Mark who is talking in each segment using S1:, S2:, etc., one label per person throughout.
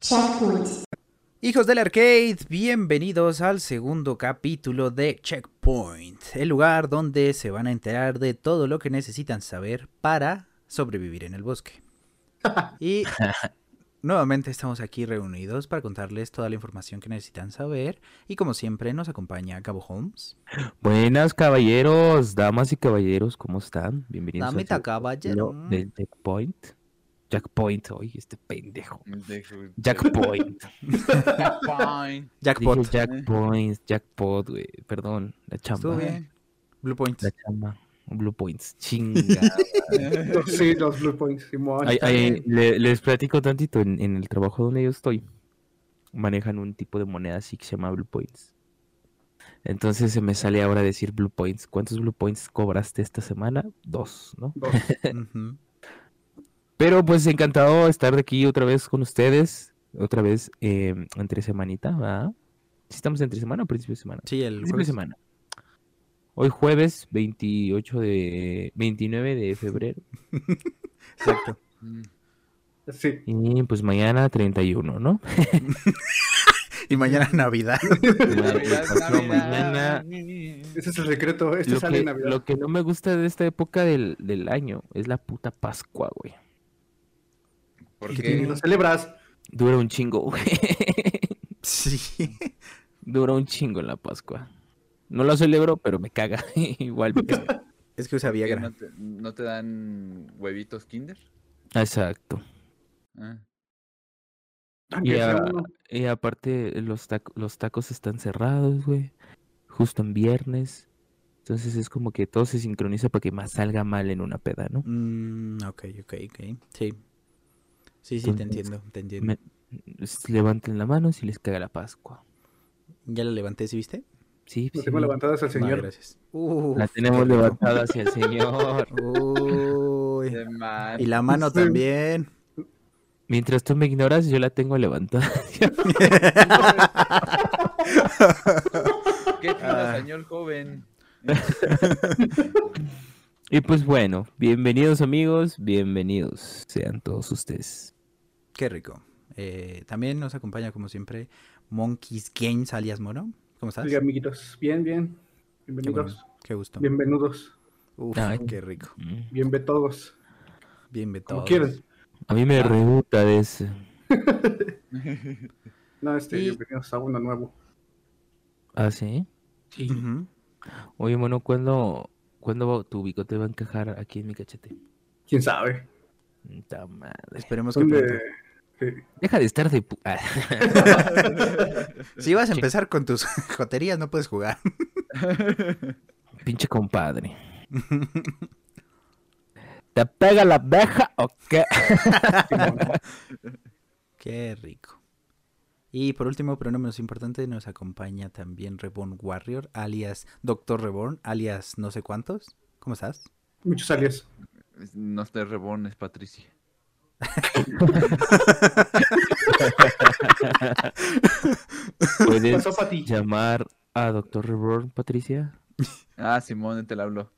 S1: Checkpoint.
S2: Hijos del arcade, bienvenidos al segundo capítulo de Checkpoint, el lugar donde se van a enterar de todo lo que necesitan saber para sobrevivir en el bosque. Y nuevamente estamos aquí reunidos para contarles toda la información que necesitan saber y como siempre nos acompaña Cabo Holmes.
S3: Buenas caballeros, damas y caballeros, ¿cómo están? Bienvenidos al
S2: Damita
S3: segundo
S2: caballero.
S3: capítulo del Checkpoint. Jackpoint, oye, este pendejo.
S4: Dejo-
S3: Jackpoint.
S4: pues, Fine.
S2: Jackpot. eh.
S3: Dije Jackpoint, Jackpot, güey. Perdón, la chamba.
S2: Estuvo bien. Blue Point.
S3: La chamba. Blue Points, chinga.
S5: Sí, los Blue Points, Simón.
S3: Ay, ay, le- les platico tantito. En, en el trabajo donde yo estoy, manejan un tipo de moneda así que se llama Blue Points. Entonces se me sale ahora decir Blue Points. ¿Cuántos Blue Points cobraste esta semana? Dos, ¿no?
S5: Dos.
S2: Ujú.
S3: Pero pues encantado de estar aquí otra vez con ustedes. Otra vez eh, entre semanita, ¿verdad? ¿Sí estamos entre semana o principio de semana?
S2: Sí, el
S3: Principio de
S2: jueves.
S3: semana. Hoy jueves 28 de... 29 de febrero.
S2: Exacto.
S4: Mm.
S5: Sí.
S3: Y pues mañana 31, ¿no?
S2: Y mañana Navidad.
S4: Navidad,
S3: Pasó
S4: Navidad.
S3: mañana.
S5: Ese es el secreto. Este
S3: lo,
S5: sale
S3: que,
S5: en Navidad.
S3: lo que no me gusta de esta época del, del año es la puta Pascua, güey.
S5: Y
S4: Porque
S5: lo celebras.
S3: Dura un chingo, güey.
S2: Sí.
S3: Dura un chingo la Pascua. No lo celebro, pero me caga. Igual me caga.
S2: Es que usa Viagra.
S4: no te, no te dan huevitos Kinder.
S3: Exacto.
S4: Ah.
S5: Aunque
S3: Ya.
S5: sea uno.
S3: Y aparte, los, tac- los tacos están cerrados, güey. Justo en viernes. Entonces es como que todo se sincroniza para que más salga mal en una peda, ¿no?
S2: Mm, ok, ok, ok. Sí. Sí, sí, te
S3: Entonces,
S2: entiendo, te entiendo.
S3: me- Levanten la mano si les caga la Pascua.
S2: ¿Ya la levanté, sí viste?
S3: Sí,
S5: Lo
S3: sí.
S5: tengo levantadas al
S2: Ah,
S5: señor.
S2: gracias. Uf,
S3: La
S2: qué
S3: tenemos
S2: rico.
S3: levantada hacia el señor.
S2: Uy,
S4: De man.
S2: Y la mano
S5: Sí.
S2: también.
S3: Mientras tú me ignoras, yo la tengo levantada.
S4: ¿Qué
S2: Ah.
S4: tiene, señor joven?
S3: y pues bueno, bienvenidos amigos, bienvenidos sean todos ustedes.
S2: Qué rico. Eh, también nos acompaña, como siempre, Monkeys Games, alias Mono. ¿Cómo estás?
S5: Oiga, amiguitos. Bien, bien.
S2: Qué bueno,
S5: Bienvenidos.
S2: Qué gusto.
S5: Bienvenidos.
S2: Uf,
S3: Ay.
S2: qué rico.
S3: Mm.
S5: Bienvetodos.
S2: Bien
S5: Como
S2: vetado.
S5: quieras.
S3: A mí me rebuta de eso.
S5: No, este,
S2: Y-
S5: bienvenidos a uno nuevo.
S3: ¿Ah, sí?
S5: Sí.
S2: Ujú.
S3: Oye, mono, ¿cuándo, ¿cuándo va- tu bigote va a encajar aquí en mi cachete?
S5: ¿Quién sabe?
S3: Pues Ta madre.
S2: Esperemos que
S5: ¿Dónde?
S2: pronto.
S5: Sí.
S3: Deja de estar de... pu- Ah,
S2: Si vas a empezar con tus joterías, no puedes jugar.
S3: pinche compadre. ¿Te pega la abeja o qué?
S2: Qué rico. Y por último, pero no menos importante, nos acompaña también Reborn Warrior, alias Doctor Reborn, alias no sé cuántos. ¿Cómo estás?
S5: Muchos alias.
S4: No te rebones, Patricia.
S3: ¿Puedes
S5: Pasó para ti.
S3: llamar a Doctor Reborn, Patricia?
S4: Ah, Simón, te la habló.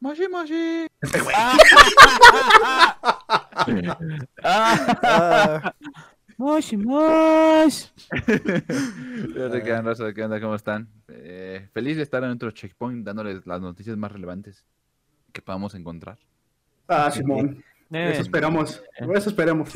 S4: Moshi, moshi.
S3: Ah. Mosh, mosh.
S2: Ah.
S4: Fíjate que andan, raza, ¿Qué onda? ¿Cómo están? Eh, feliz de estar en otro checkpoint dándoles las noticias más relevantes que podamos encontrar.
S5: Ah, Simón.
S3: Eh.
S5: Eso esperamos. Eso esperamos.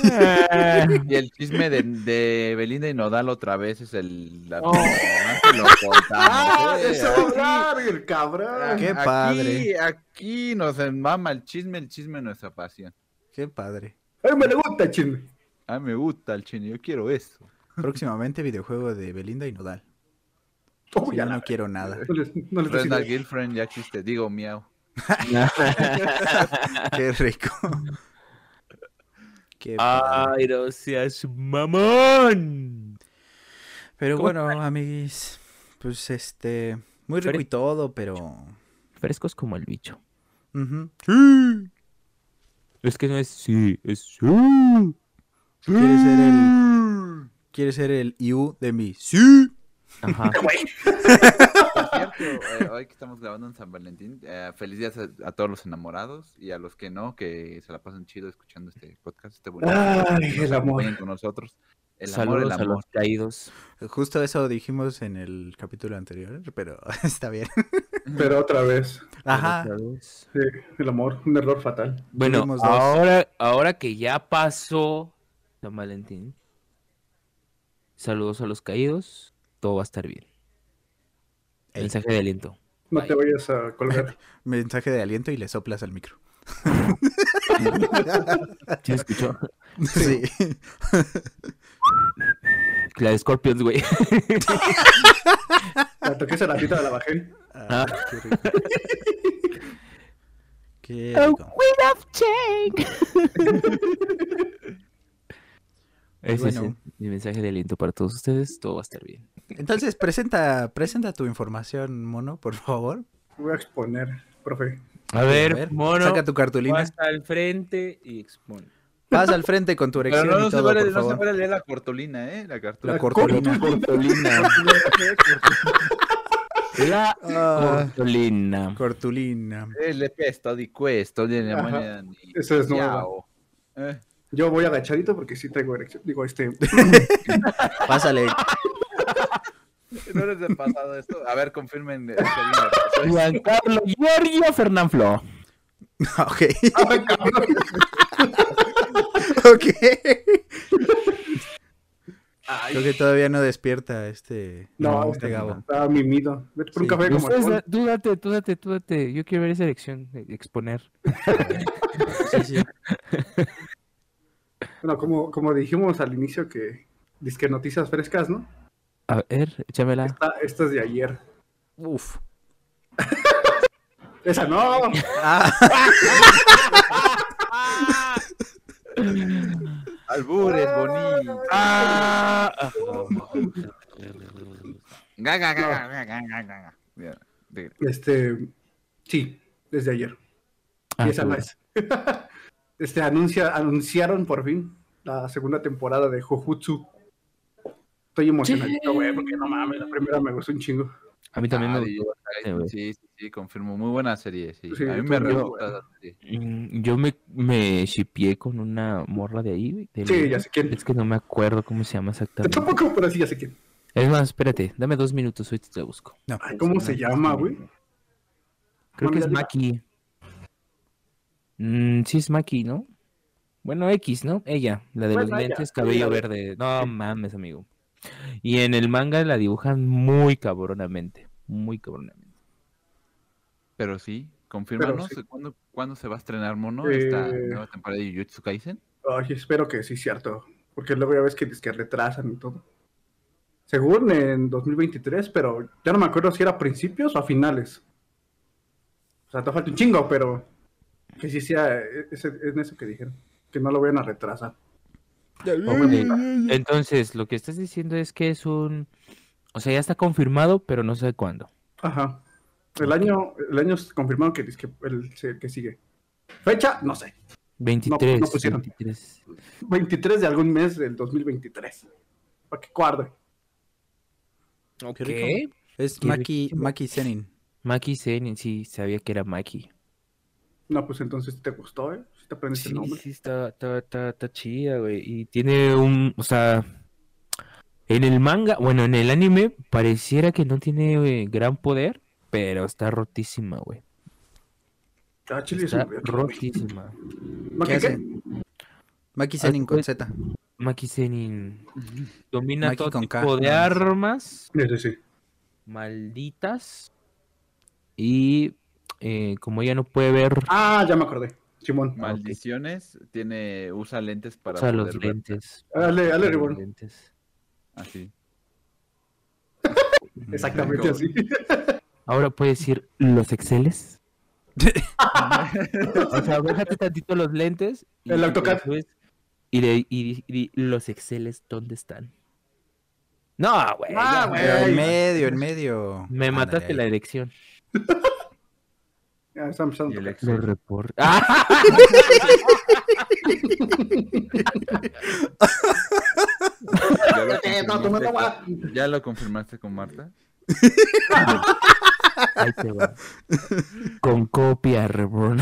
S3: Eh.
S4: Y el chisme de, de Belinda y Nodal otra vez es el. La,
S3: No.
S4: Te lo contamos,
S5: ¡Ah!
S4: eh.
S5: ¡De eso va a hablar, el cabrón!
S3: Ah.
S2: Qué
S4: Aquí-
S2: padre.
S4: Aquí nos enmama el chisme, el chisme es nuestra pasión.
S2: Qué padre.
S5: ¡Ay, me le gusta, el chisme!
S4: A mí me gusta el chisme, yo quiero eso.
S2: Próximamente videojuego de Belinda y Nodal.
S5: Oh,
S2: Si
S5: ya
S2: no,
S5: la-
S2: no quiero nada.
S5: No les, no les
S4: Renal
S5: decido.
S4: Girlfriend ya existe, digo miau.
S3: Ah.
S2: Qué rico. Qué
S5: Ah,
S2: padre.
S3: Ay, no seas mamón.
S2: Pero
S3: ¿cómo
S2: bueno, amiguis, pues este, muy rico
S3: Fre-
S2: y todo, pero...
S3: Frescos como el bicho.
S2: Ujú.
S3: Es que no es sí, es sí.
S2: ¿Quieres ser el... ¿Quieres ser el IU de mí? Sí.
S3: Ajá.
S4: Por cierto, hecho, eh, hoy que estamos grabando en San Valentín, eh, feliz día a, a todos los enamorados y a los que no, que se la pasen chido escuchando este podcast. Este bonito
S5: Ay,
S4: podcast, que
S5: el
S4: nos
S5: amor.
S4: acompañen con nosotros. El
S3: Saludos
S4: amor, el
S3: a
S4: amor.
S3: los caídos.
S2: Justo eso dijimos en el capítulo anterior, pero está bien.
S5: Pero otra vez.
S2: Ajá.
S3: Caídos.
S5: Sí, el amor, un error fatal.
S3: Bueno,
S2: Tuvimos dos.
S3: ahora, ahora que ya pasó San Valentín, saludos a los caídos, todo va a estar bien.
S2: Ey.
S3: Mensaje de aliento.
S5: No te vayas a colgar.
S2: Mensaje de aliento y le soplas al micro.
S3: ¿Sí escuchó?
S2: Sí.
S3: La de Scorpions, güey.
S5: La toqué esa ratita de la bajé.
S2: Ah,
S3: Ah.
S2: Qué rico. Qué rico.
S3: Ese es
S2: Bueno.
S3: el- mi mensaje de aliento para todos ustedes, todo va a estar bien.
S2: Entonces, presenta, presenta tu información, mono, por favor.
S5: Voy a exponer, profe.
S3: A ver, mono,
S2: saca tu cartulina.
S3: pasa al frente y expone.
S2: Vas al frente con tu erección
S4: Pero no, no
S2: y
S4: se
S2: todo,
S4: vale,
S2: por
S4: no se
S2: favor.
S4: vale leer la cortolina, ¿eh? La cartolina.
S2: La cortolina.
S3: Cortolina. La
S2: Ah,
S3: cortolina.
S2: cortulina.
S4: El EP está Eh, di questo, di Alemania, ni-
S5: Esa es nueva.
S4: Yao. Eh,
S5: Yo voy agachadito porque sí traigo erección. Digo, este.
S2: Pásale.
S4: No les he pasado esto. A ver, confirmen. eh, que alguien la pasó.
S3: Juan Carlos Giorgio Fernanfloo.
S2: Ah, ok. Ah, ok. Creo que todavía no despierta este.
S5: No,
S2: este Gabo.
S5: Estaba mimido. Vete por un
S2: Sí.
S5: café como el
S3: Ustedes,
S5: Juan.
S3: da- tú date, tú date, tú date. Yo quiero ver esa elección, exponer.
S2: Sí, sí.
S5: Bueno, como, como dijimos al inicio que. Disque noticias frescas, ¿no?
S3: A ver, échamela.
S5: Esta, esta es de ayer.
S2: Uf.
S5: Esa no.
S2: Ah,
S4: Albures, bonito.
S3: Ah,
S4: Ga, ga, ga, ga, ga, ga, ga, ga. Ya, de-
S5: Este. Sí, desde ayer.
S3: Ah,
S5: y esa no
S3: bueno.
S5: es. este, anuncia, anunciaron por fin la segunda temporada de Jujutsu. Estoy emocionadito, güey, porque no mames, la primera me gustó un chingo.
S3: A mí también
S4: Ah,
S3: me
S4: sí,
S3: gustó. bastante, güey.
S4: Sí, sí, sí, confirmo. Muy buena serie, sí.
S5: Sí,
S4: a mí
S5: tú
S4: me
S5: muy
S4: re
S5: buena.
S4: gusta la serie.
S3: Mm, Yo me, me shipié con una morra de ahí. güey, de
S5: Sí,
S3: la-
S5: ya sé quién.
S3: Es que no me acuerdo cómo se llama
S5: Yo
S3: exactamente.
S5: tampoco, pero sí ya sé quién.
S3: Es más, espérate, dame dos minutos, ahorita te la busco.
S2: no.
S5: Ay, ¿Cómo se llama, güey?
S3: Creo que
S5: Bueno,
S3: es
S5: ya
S3: Maki. Mm, sí, es Maki, ¿no? Bueno, X, ¿no? Ella, la de los
S5: Bueno, ella,
S3: lentes,
S5: ella,
S3: cabello
S5: ella.
S3: verde. No mames, amigo. Y en el manga la dibujan muy cabronamente. Muy cabronamente.
S4: Pero sí, confírmanos.
S5: sí.
S4: ¿cuándo, cuándo se va a estrenar, mono?
S5: Eh.
S4: Esta nueva temporada de Jujutsu Kaisen.
S3: Ah,
S5: Ay, espero que sí, cierto. Porque luego ya ves que, que retrasan y todo. Según en 2023, pero ya no me acuerdo si era a principios o a finales. O sea, te falta un chingo, pero que sí sea eh, ese- en eso que dijeron. Que no lo vayan a retrasar.
S2: Oh,
S3: Entonces, lo que estás diciendo es que es un. O sea, ya está confirmado, pero no sé cuándo.
S5: pues, Ajá. El año, el año es confirmado que, que el se- que sigue. Fecha, no sé.
S3: 23.
S5: no pusieron.
S3: 23.
S5: 23 de algún mes del 2023. Para que guarde.
S2: Qué rico. Es
S3: Qué
S2: Maki,
S3: riquísimo.
S2: Maki Zenin.
S3: Maki Zenin, sí, sabía que era Maki.
S5: No, pues entonces te gustó, ¿eh? Si te aprendes el
S3: Sí,
S5: nombre.
S3: sí, está, está, está, está chida, güey. Y tiene un, o sea, en el manga, bueno, en el anime pareciera que no tiene güey, gran poder, pero está rotísima, güey.
S5: Ah, chile,
S3: Está
S5: se me olvidó.
S3: rotísima.
S5: ¿No,
S2: ¿Qué
S5: qué,
S2: hace?
S5: qué?
S2: Maki Zenin con
S3: pues,
S2: Z.
S3: Maki Zenin domina
S2: Maki
S3: todo
S2: con K,
S3: tipo de
S2: nada más.
S3: armas
S5: Sí, sí, sí.
S3: malditas y eh, como ella no puede ver,
S5: Ah, ya me acordé. Simón.
S3: Ah, ok.
S4: Maldiciones. Tiene, usa lentes para
S3: usa los
S4: poder ver. Ah,
S3: lentes.
S5: Dale, dale,
S3: Los
S5: Reborn.
S3: lentes.
S4: Así.
S3: eh,
S5: Exactamente
S4: Como-
S5: así.
S3: Ahora puedes decir los exceles. o sea, bájate tantito los lentes. y-
S5: El AutoCAD.
S3: y le subes- Y, de, y, di- y di, los exceles, ¿dónde están? No, güey.
S5: Ah,
S3: ya,
S5: güey.
S2: Pero en
S5: Ey.
S2: medio, en medio.
S3: Me
S2: Ándale,
S3: mataste
S2: ahí.
S3: la dirección.
S5: Ya está empezando.
S4: Y el ex-
S3: Los report. ¡Ah!
S4: ya lo
S5: Eh, no,
S4: confirmaste
S5: tomando agua.
S4: con- ¿Ya lo confirmaste con Marta?
S3: Ahí te va. Con copia, Reborn.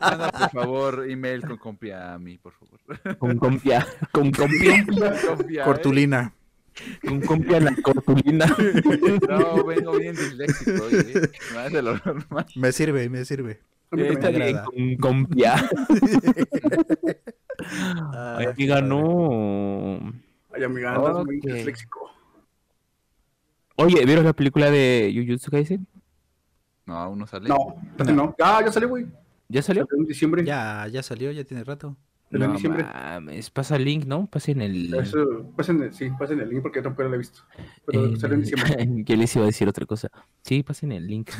S4: Manda, por favor, email con compia a mí, por favor.
S3: Con copia. Con copia.
S4: Compia, ¿eh?
S2: Cortulina.
S3: Con copia la cortulina.
S4: No, vengo bien disléxico, oye. Más de lo normal.
S2: Me sirve, me sirve.
S5: A mí
S3: Está
S5: también.
S3: bien,
S2: agrada.
S3: con copia. Ay,
S2: Ay,
S3: amiga,
S2: padre.
S3: no.
S5: Ay, amiga, andas muy
S3: Ok.
S5: disléxico.
S3: Oye, ¿vieron la película de Jujutsu Kaisen?
S4: No, aún no sale.
S5: No, no. no. Ah, ya salió, güey.
S3: ¿Ya salió?
S5: Salió en diciembre.
S2: Ya, ya salió, ya tiene rato.
S5: Salió en
S3: No
S5: diciembre.
S3: mames, pasa el link, ¿no? Pasa en el...
S5: Eso, pasen el, sí, pasen el link porque yo tampoco lo he visto. Pero
S3: eh,
S5: salió en diciembre.
S3: Yo les iba a decir otra cosa. Sí, pasen el link.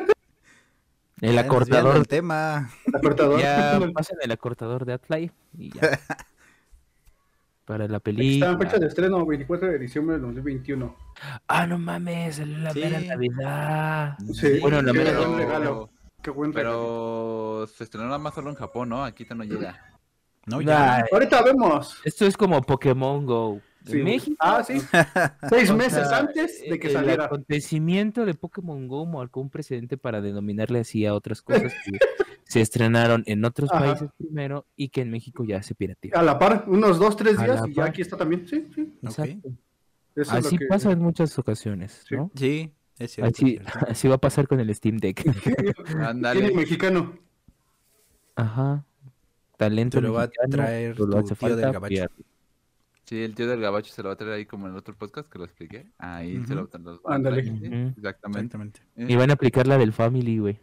S2: Ya
S3: el
S2: nos viene
S3: acortador.
S2: El tema.
S5: Acortador.
S3: Ya pasen el acortador de Atfly y ya. Para la
S5: Está en
S3: película.
S5: fecha de estreno, 24 de diciembre del 2021.
S3: Ah, no mames, salió la
S2: Sí.
S3: mera Navidad.
S5: Sí,
S3: Bueno, la
S5: qué
S3: mera-
S5: buen regalo. Qué buen regalo.
S4: Pero se estrenó nada más solo en Japón, ¿no? Aquí te no llega.
S2: No, ya.
S3: Ay,
S5: Ahorita vemos.
S3: esto es como Pokémon Go. En
S5: Sí.
S3: México.
S5: Ah, sí. Seis
S3: O
S5: meses
S3: sea, eh,
S5: antes de que
S3: el
S5: saliera.
S3: acontecimiento de Pokémon Go marcó un precedente para denominarle así a otras cosas que se estrenaron en otros
S5: Ajá. Ah,
S3: países primero y que en México ya se pirateó.
S5: A la par, unos dos, tres
S3: A
S5: días
S3: la
S5: y ya
S3: par.
S5: aquí está también. Sí, sí.
S2: Ok.
S3: Exacto.
S5: Eso es lo
S3: Así
S5: que-
S3: pasa en muchas ocasiones,
S5: Sí.
S3: ¿no?
S2: Sí, es cierto.
S3: Así,
S2: es cierto.
S3: así va a pasar con el Steam Deck.
S5: Tiene
S4: Ándale.
S5: mexicano.
S3: Ajá. Talento.
S2: Te lo va a
S3: mexicano,
S2: traer
S3: pero lo
S2: tu
S3: hace
S2: tío del
S3: falta
S2: gabacho.
S3: piratear.
S4: Sí, el tío del gabacho se lo va a traer ahí como en el otro podcast que lo expliqué. Ahí se lo los va a
S5: Ándale.
S4: traer, sí,
S3: Ujú.
S4: Exactamente.
S2: Exactamente.
S3: Y van a aplicar la del Family, güey.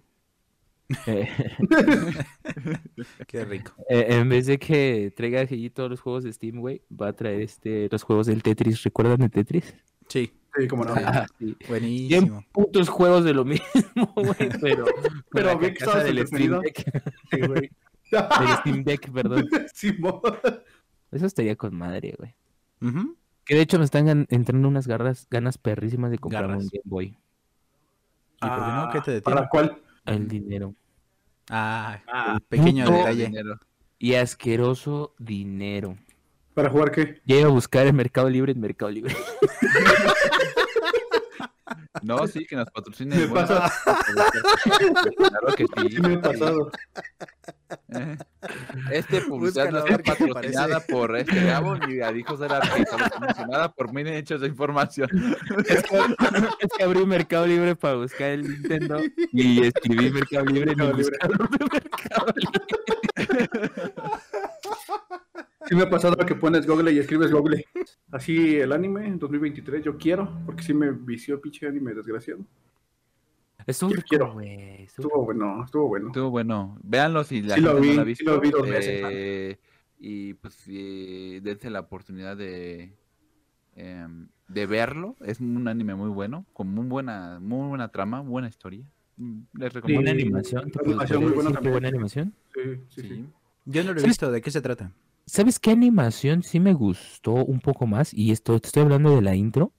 S3: Eh,
S2: Qué rico.
S3: eh, en vez de que traiga allí todos los juegos de Steam, güey, va a traer este los juegos del Tetris. ¿Recuerdan el Tetris?
S2: Sí,
S5: Sí, como no.
S2: Sí.
S3: Ah, sí.
S2: buenísimo.
S3: putos juegos de lo mismo, güey, pero,
S5: Pero
S3: con la
S5: Vic,
S3: carcasa
S5: ¿sabes el
S3: del Steam
S5: preferido?
S3: Deck,
S5: Sí, güey.
S3: del Steam Deck, perdón.
S5: Simón.
S3: Eso estaría con madre, güey.
S2: Ujú.
S3: Que de hecho me están gan- entrando unas garras, ganas perrísimas de comprar
S2: Garras.
S3: un Game Boy.
S2: ¿Y por qué no? ¿Qué te detiene?
S5: ¿Para cuál?
S3: El dinero.
S2: Ah,
S5: Ah,
S2: pequeño
S3: puto.
S2: detalle.
S3: Y asqueroso dinero.
S5: ¿Para jugar qué?
S3: Ya iba a buscar en Mercado Libre, en Mercado Libre.
S4: No, sí, que nos patrocine.
S5: Me
S4: el buen-
S5: pasa.
S4: Claro que sí.
S5: Sí, me ha pasado.
S4: Eh, Este
S2: Busca
S4: publicidad no
S2: la
S4: está
S2: marca que
S4: patrocinada
S2: parece.
S4: por este Gabo ni a hijos de la Arqueta, patrocinada por mil hechos de información.
S3: es que abrí Mercado Libre para buscar el Nintendo y escribí Mercado Libre en el
S5: Mercado Libre.
S3: buscador de Mercado Libre.
S5: Sí me ha pasado que pones Google y escribes Google. Así el anime 2023 yo quiero, porque sí me vició pinche anime desgraciado.
S3: Estuvo
S5: Yo
S3: rico,
S5: quiero.
S3: güey. Estuvo
S5: Estuvo bueno, estuvo bueno.
S4: Estuvo bueno. Véanlo si la
S5: Sí lo
S4: gente no lo
S5: vi,
S4: ha
S5: sí lo vi dos veces.
S4: eh, y pues eh, dense la oportunidad de em, de verlo. Es un anime muy bueno, con muy buena, muy buena trama, buena historia. Mm, Les recomiendo.
S3: Buena
S5: Sí,
S3: animación. ¿te
S5: animación
S3: puedo
S5: muy
S3: decir
S5: buena
S3: que
S5: también.
S3: Buena animación.
S5: Sí, sí, sí.
S4: Sí.
S2: Yo no lo he
S3: ¿Sabes?
S2: visto. ¿De qué se trata?
S3: ¿Sabes qué animación sí me gustó un poco más? Y esto, te estoy hablando de la intro.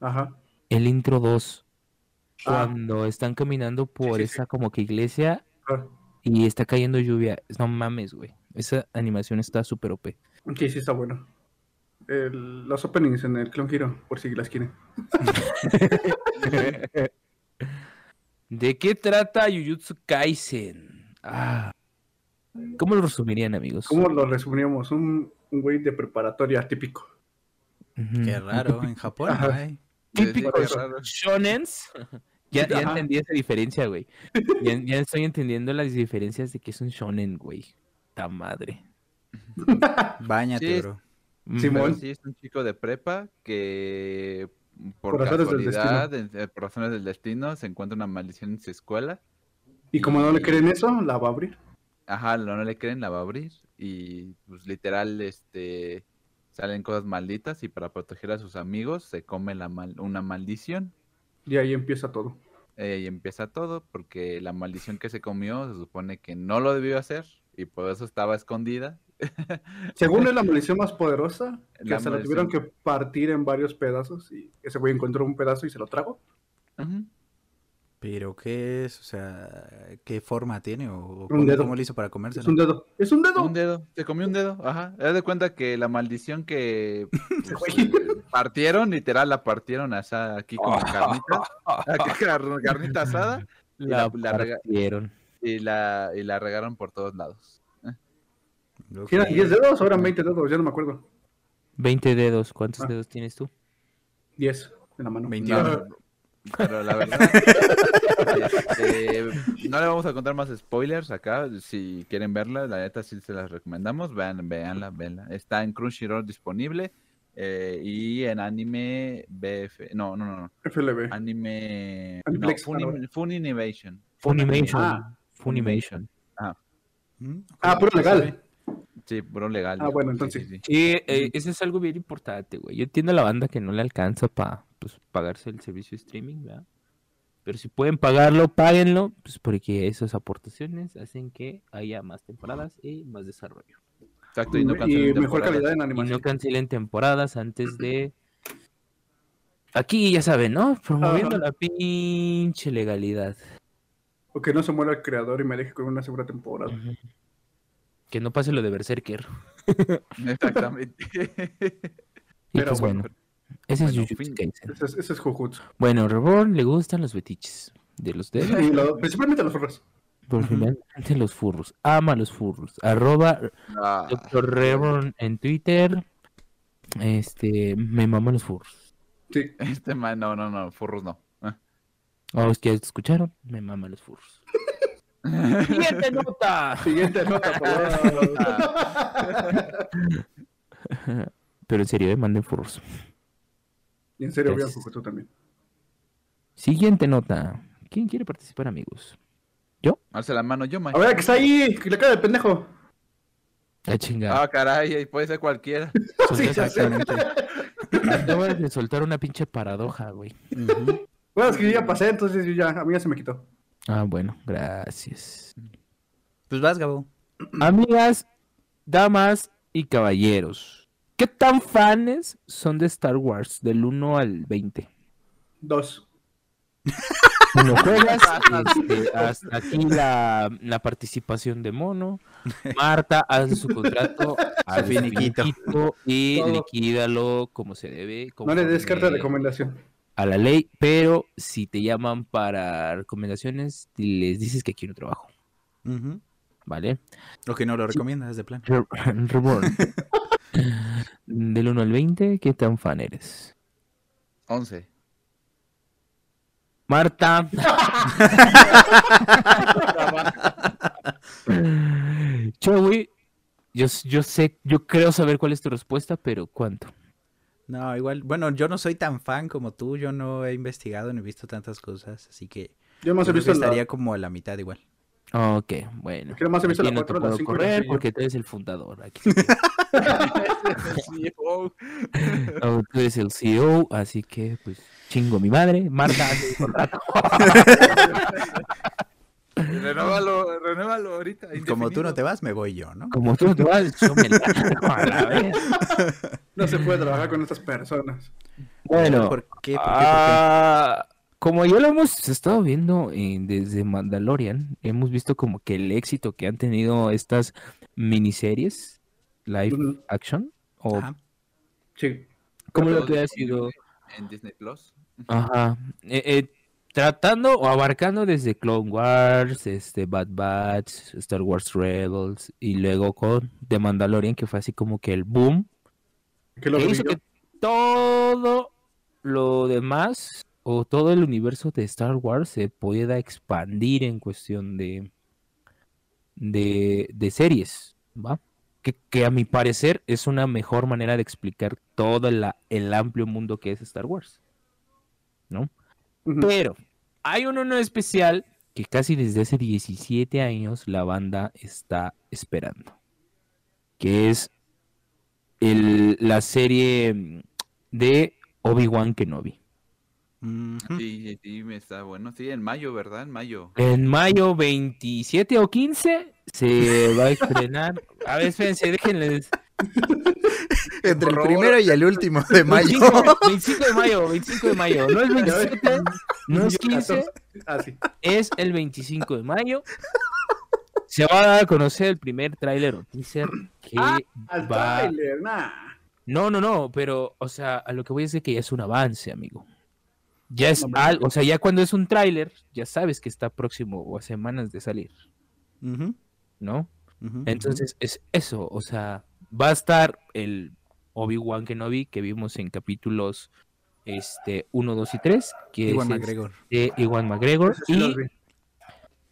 S5: Ajá.
S3: El intro 2.
S5: Ah.
S3: Cuando están caminando por
S5: sí, sí.
S3: esa como que iglesia
S5: Ah,
S3: y está cayendo lluvia. No mames, güey. Esa animación está súper OP.
S5: Sí, sí está bueno. El- los openings en el Clone Hero, por si las quieren.
S3: ¿De qué trata Jujutsu Kaisen? Ah. ¿Cómo lo resumirían, amigos?
S5: ¿Cómo lo resumiríamos? Un, un güey de preparatoria típico.
S3: Ujú.
S2: Qué raro, en Japón
S5: Mm. Ajá.
S2: no hay.
S3: Típico
S4: Sí, sí, raro.
S3: shonens. Ya, ya
S5: Ajá.
S3: entendí esa diferencia, güey. Ya, ya estoy entendiendo las diferencias de que es un shonen, güey. Ta madre.
S2: Báñate,
S4: Sí,
S2: bro.
S3: Mm.
S5: Simón.
S4: Pero sí, es un chico de prepa que por,
S5: Por razones del
S4: casualidad, en- eh, por razones del destino, se encuentra una maldición en su escuela.
S5: Y como no le creen eso, la va a abrir.
S4: Ajá, no, no le creen, la va a abrir. Y pues literal, este salen cosas malditas y para proteger a sus amigos se come la mal- una maldición.
S5: Y ahí empieza todo.
S4: eh, y empieza todo porque la maldición que se comió se supone que no lo debió hacer y por eso estaba escondida.
S5: Según es la maldición más poderosa, que
S4: La
S5: se la tuvieron que
S4: maldición.
S5: partir en varios pedazos y ese güey encontró un pedazo y se lo trago.
S2: ¿Pero qué es? O sea, ¿qué forma tiene? ¿O, o
S5: Un dedo.
S2: cómo lo hizo para comerse?
S5: Es un dedo. Es un dedo.
S4: Un dedo, te comió un dedo, ajá. Haz de cuenta que la maldición que pues,
S5: Güey.
S4: eh, partieron, literal, la partieron asada aquí con carnita, acá car- carnita asada y la, la rega-
S3: partieron.
S4: y la- y la regaron por todos lados.
S5: Si eran 10 dedos, ahora eran 20 dedos, ya no me acuerdo.
S3: 20 dedos. ¿Cuántos
S5: Ah.
S3: dedos tienes tú?
S5: 10 en la mano. Ah,
S2: 21.
S4: Pero la verdad, este, no le vamos a contar más spoilers acá. Si quieren verla, la neta sí se las recomendamos. Vean, veanla, veanla. Está en Crunchyroll disponible eh, y en anime BF. No, no, no. no.
S5: FLB.
S4: Ah, Anime. No,
S5: Aniplex,
S4: Funim- Funimation.
S3: Funimation.
S5: Ah.
S3: Funimation.
S2: ¿Mm?
S5: Ah, puro legal.
S4: Sí, puro legal.
S5: Ah,
S4: digo,
S5: bueno,
S4: sí,
S5: entonces.
S4: sí, sí.
S3: Sí, eh, eso es algo bien importante, güey. Yo entiendo a la banda que no le alcanza para pagarse el servicio de streaming, ¿verdad? Pero si pueden pagarlo, páguenlo, pues porque esas aportaciones hacen que haya más temporadas y más desarrollo.
S4: Exacto, y no
S5: Y,
S4: cancelen
S5: mejor
S4: temporadas.
S5: calidad en
S3: Y no
S5: animación.
S3: cancelen temporadas antes de... Aquí ya saben, ¿no? Promoviendo
S5: Ajá.
S3: la pinche legalidad.
S5: O que no se muera el creador y me deje con una segunda temporada.
S3: Mm. Que no pase lo de Berserker.
S4: Exactamente.
S3: Y
S5: Pero
S3: pues
S5: bueno.
S3: bueno, ese es
S4: Bueno,
S3: Jujutsu
S4: fin.
S3: Kaisen.
S5: Ese es, ese es Jujutsu.
S3: Bueno, Reborn le gustan los betiches de los dedos.
S5: Y lo- principalmente los forros.
S3: Por
S2: Ujú.
S3: finalmente los furros. Ama los furros. Arroba
S4: Ah,
S3: Dr. Reborn en Twitter. Este, me mama los furros.
S5: Sí.
S4: este man, no, no, no, furros no. Ah.
S3: A los Oh, que escucharon, me mama los furros. ¡Siguiente nota!
S5: Siguiente nota, por favor.
S3: Pero en serio, eh, manden furros.
S5: Y en serio, vean
S3: Gracias.
S5: Jujutsu también.
S3: Siguiente nota. ¿Quién quiere participar, amigos?
S4: Alza la mano, yo, man.
S5: A ver, que está ahí, que la cara de pendejo.
S3: La chingada.
S4: Ah, caray, ahí puede ser cualquiera.
S5: sí, ya sé.
S2: pues Exactamente.
S3: Acabo de soltar una pinche paradoja, güey.
S2: Ujú.
S5: Bueno, es que yo ya pasé, entonces yo ya, a mí ya se me quitó.
S3: Ah, bueno, gracias.
S2: Pues vas, Gabo.
S3: Amigas, damas y caballeros, ¿qué tan fans son de Star Wars del 1 al 20?
S5: Dos.
S3: Bueno, juegas este, hasta aquí la, la participación de Mono. Marta, haz su contrato al
S2: finiquito.
S3: finiquito y
S5: Todo.
S3: liquídalo como se debe.
S5: No le des
S3: conforme
S5: carta de recomendación.
S3: a la ley, pero si te llaman para recomendaciones, les dices que aquí no trabajo,
S2: Ujú.
S3: ¿vale?
S2: Lo que no lo recomiendas de plan.
S3: Re- Reborn. Del 1 al 20, ¿qué tan fan eres?
S4: Once.
S3: Marta. Chewy, yo, s- yo sé, yo creo saber cuál es tu respuesta, pero ¿cuánto?
S2: No, igual. Bueno, yo no soy tan fan como tú. Yo no he investigado ni visto tantas cosas. Así que
S5: Yo más
S2: yo
S5: he
S2: creo que
S5: visto la...
S2: estaría como a la mitad igual.
S3: Ok, bueno.
S5: Creo más he visto
S3: Aquí
S5: la
S3: no te
S5: cuatro,
S3: puedo
S5: la cinco y la
S3: correr
S5: seis, yo.
S3: porque tú eres el fundador. aquí sí que-
S5: oh,
S3: no, tú eres el CEO, así que pues chingo mi madre. Marta, haz el contrato.
S4: Renóvalo, renóvalo ahorita.
S2: Como tú
S4: indefinido.
S2: no te vas, me voy yo, ¿no?
S3: como tú no te vas, yo me la- a la vez.
S5: No se puede trabajar con estas personas.
S3: Bueno.
S2: ¿Por qué? ¿Por qué? ¿Por qué?
S3: Ah, como ya lo hemos estado viendo eh, desde Mandalorian, hemos visto como que el éxito que han tenido estas miniseries live
S5: Ujú.
S3: action o
S4: Ah.
S2: Ajá.
S5: Sí.
S3: como
S4: Pero
S3: lo que ha sido
S4: disponible En Disney Plus.
S3: ajá, eh, eh, tratando o abarcando desde Clone Wars, este Bad Batch, Star Wars Rebels y luego con The Mandalorian que fue así como que el boom
S5: Que lo
S3: que
S5: vi
S3: hizo
S5: yo.
S3: que todo lo demás o todo el universo de Star Wars se pueda expandir en cuestión de de, de series, ¿va? Que, que a mi parecer es una mejor manera de explicar todo la- el amplio mundo que es Star Wars.
S5: Ujú.
S3: Pero hay uno en especial que casi desde hace 17 años la banda está esperando. Que es el- la serie mm, de Obi-Wan Kenobi.
S2: Ujú.
S4: Sí, sí, sí, me está bueno. Sí, en mayo, ¿verdad? En mayo.
S3: En mayo 27 o 15 se va a estrenar. A ver, espérense, déjenles.
S2: Entre el
S4: favor.
S2: primero y el último de mayo.
S3: 25, 25 de mayo, 25 de mayo. No es 27, no es
S5: Yo
S3: 15,
S5: 14. Ah, sí.
S3: es el 25 de mayo. Se va a dar a conocer el primer tráiler o teaser que
S5: Ah, Al
S3: va...
S5: trailer, nah.
S3: No, no, no, pero, o sea, a lo que voy es de que ya es un avance, amigo. Ya es
S5: No, hombre.
S3: algo, o sea, ya cuando es un tráiler, ya sabes que está próximo o a semanas de salir,
S2: Ujú,
S3: ¿no?
S2: ujú,
S3: Entonces es eso, o sea, va a estar el Obi-Wan Kenobi que vimos en capítulos este 1, 2 y 3, que
S2: ujú. Iwan
S3: es
S2: McGregor.
S3: este, Ewan McGregor
S5: Eso sí los
S3: y
S5: vi.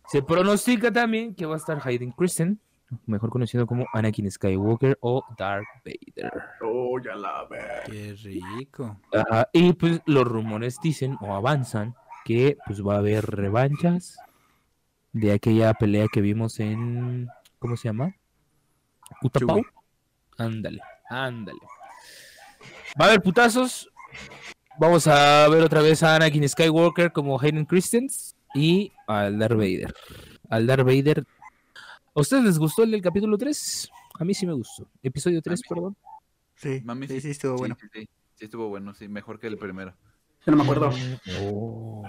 S3: se pronostica también que va a estar Hayden Christensen, mejor conocido como Anakin Skywalker o Darth Vader.
S5: Oh, ya la ve.
S2: Qué rico.
S3: Ajá, y pues los rumores dicen o avanzan que pues va a haber revanchas de aquella pelea que vimos en ¿cómo se llama? Utapau.
S2: Chubut.
S3: Ándale, ándale. Va a haber putazos. Vamos a ver otra vez a Anakin Skywalker como Hayden Christensen y al Darth Vader. Al Darth Vader. ¿A ustedes les gustó el del capítulo 3? A mí sí me gustó. Episodio 3,
S4: mí-
S3: perdón.
S2: Sí,
S4: Mami,
S2: sí, sí, estuvo
S4: sí,
S2: bueno.
S4: Sí, sí, sí estuvo bueno, sí, mejor que el primero.
S5: Ya no me acuerdo.
S3: Oh.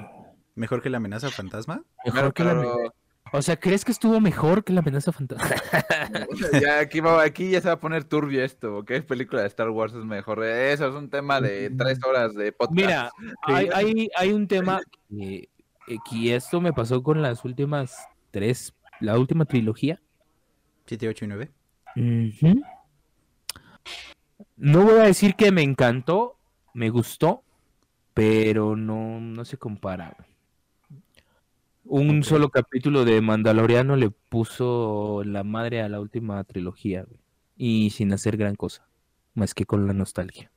S2: ¿Mejor que la amenaza fantasma?
S3: Mejor que la
S4: Pero-
S3: O sea, ¿crees que estuvo mejor que la amenaza fantasma?
S4: ya aquí, va- aquí ya se va a poner turbio esto, ¿ok? Película de Star Wars es mejor. Eso es un tema de tres horas de podcast.
S3: Mira, hay, hay, hay un tema que, eh, que esto me pasó con las últimas tres, la última trilogía.
S2: 7, 8 y 9.
S3: No voy a decir que me encantó, me gustó, pero no, no se compara. Un
S2: Ok.
S3: solo capítulo de Mandaloriano le puso la madre a la última trilogía güey, y sin hacer gran cosa, más que con la nostalgia.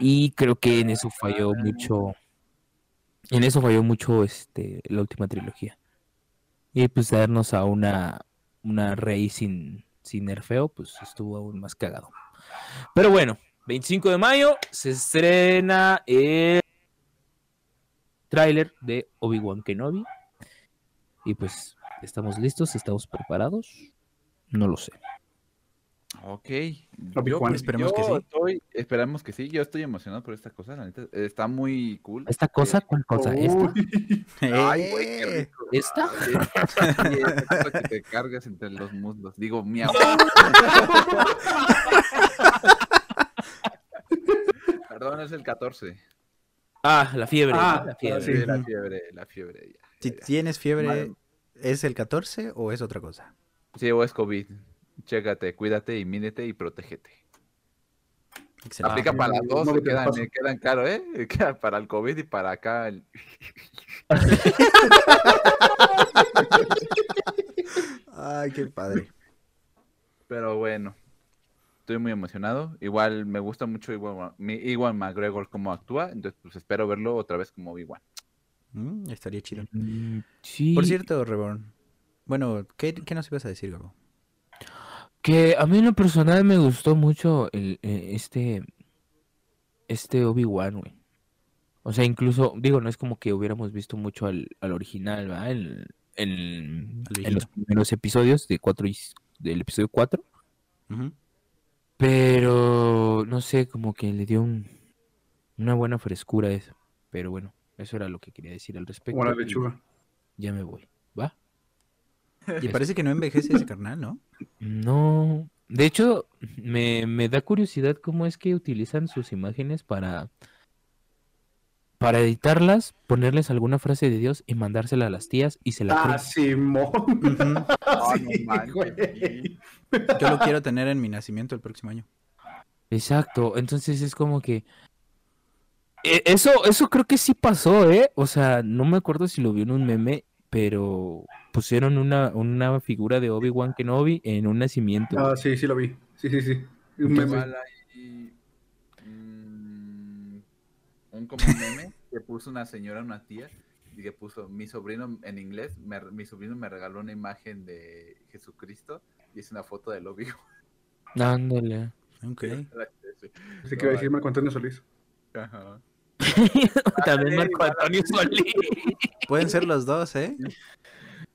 S3: Y creo que en eso falló mucho, en eso falló mucho este la última trilogía. Y pues darnos a una una rey sin, sin nerfeo, pues estuvo aún más cagado. Pero bueno, 25 de mayo se estrena el tráiler de Obi-Wan Kenobi. Y pues, ¿estamos listos? ¿Estamos preparados? No lo sé.
S4: Ok. pues,
S5: Juan,
S2: esperemos que sí.
S4: estoy- esperamos que sí. Yo estoy emocionado por esta cosa, la neta. Está muy cool.
S2: Pues,
S3: ¿Esta cosa? ¿Cuál cosa? ¿Esta?
S5: Uy.
S2: eh,
S4: Ay, güey, qué rico.
S3: ¿Esta?
S4: Sí, sí, esa cosa que te cargas entre los muslos. Digo, miau. Perdón, es el 14.
S3: Ah, la fiebre.
S5: Ah,
S3: la fiebre.
S5: sí.
S4: la fiebre, la fiebre. ya,
S2: Si
S4: ya.
S2: tienes fiebre,
S4: Madre-
S2: ¿es el 14 o es otra cosa?
S4: Sí, o es COVID. Chécate, cuídate y mídete y protégete.
S2: Excelente.
S4: Aplica para las dos,
S5: Ah, no
S4: me
S5: te
S4: quedan,
S5: pases.
S4: me quedan caro, ¿eh? Queda para el COVID y para acá. el-
S2: Ay, qué padre.
S4: Pero bueno, estoy muy emocionado. Igual me gusta mucho Iwan, mi- Iwan McGregor cómo actúa, entonces pues espero verlo otra vez como Obi-Wan.
S2: Mm, estaría chido.
S3: Mm, sí.
S2: Por cierto, Reborn. Bueno, ¿qué, qué nos ibas a decir, Gabo?
S3: Que a mí en lo personal me gustó mucho el, eh, este, este Obi-Wan, güey. O sea, incluso, digo, no es como que hubiéramos visto mucho al, al original, ¿verdad? En, en-
S2: Al
S3: en los primeros episodios de cuatro y, s- del episodio 4.
S2: Ujú.
S3: Pero, no sé, como que le dio un- una buena frescura a eso. Pero bueno, eso era lo que quería decir al respecto.
S5: Como la
S3: y
S5: lechuga.
S3: Ya me voy, ¿va?
S2: Y parece que no envejece ese carnal, ¿no?
S3: No, de hecho, me, me da curiosidad cómo es que utilizan sus imágenes para, para editarlas, ponerles alguna frase de Dios y mandársela a las tías y se la
S5: Ah,
S3: creen.
S5: Simón.
S2: Ujú.
S4: Ah, no
S5: Sí,
S4: manches,
S5: güey.
S4: sí.
S2: Yo lo quiero tener en mi nacimiento el próximo año.
S3: Exacto, entonces es como que e- eso, eso creo que sí pasó, ¿eh? O sea, no me acuerdo si lo vi en un meme, pero pusieron una, una figura de Obi-Wan Kenobi en un nacimiento.
S5: Ah, sí, sí lo vi. Sí, sí, sí. Un meme.
S4: Igual hay mm, un como un meme que puso una señora, una tía, y que puso mi sobrino en inglés, me- mi sobrino me regaló una imagen de Jesucristo y es una foto del Obi-Wan.
S3: Ándale.
S2: Ok.
S5: Así que iba a decir Marco Antonio Solís.
S4: Ajá.
S3: También
S4: Ándale,
S3: Marco
S4: igual
S3: Antonio Solís.
S2: Pueden ser los dos, ¿eh?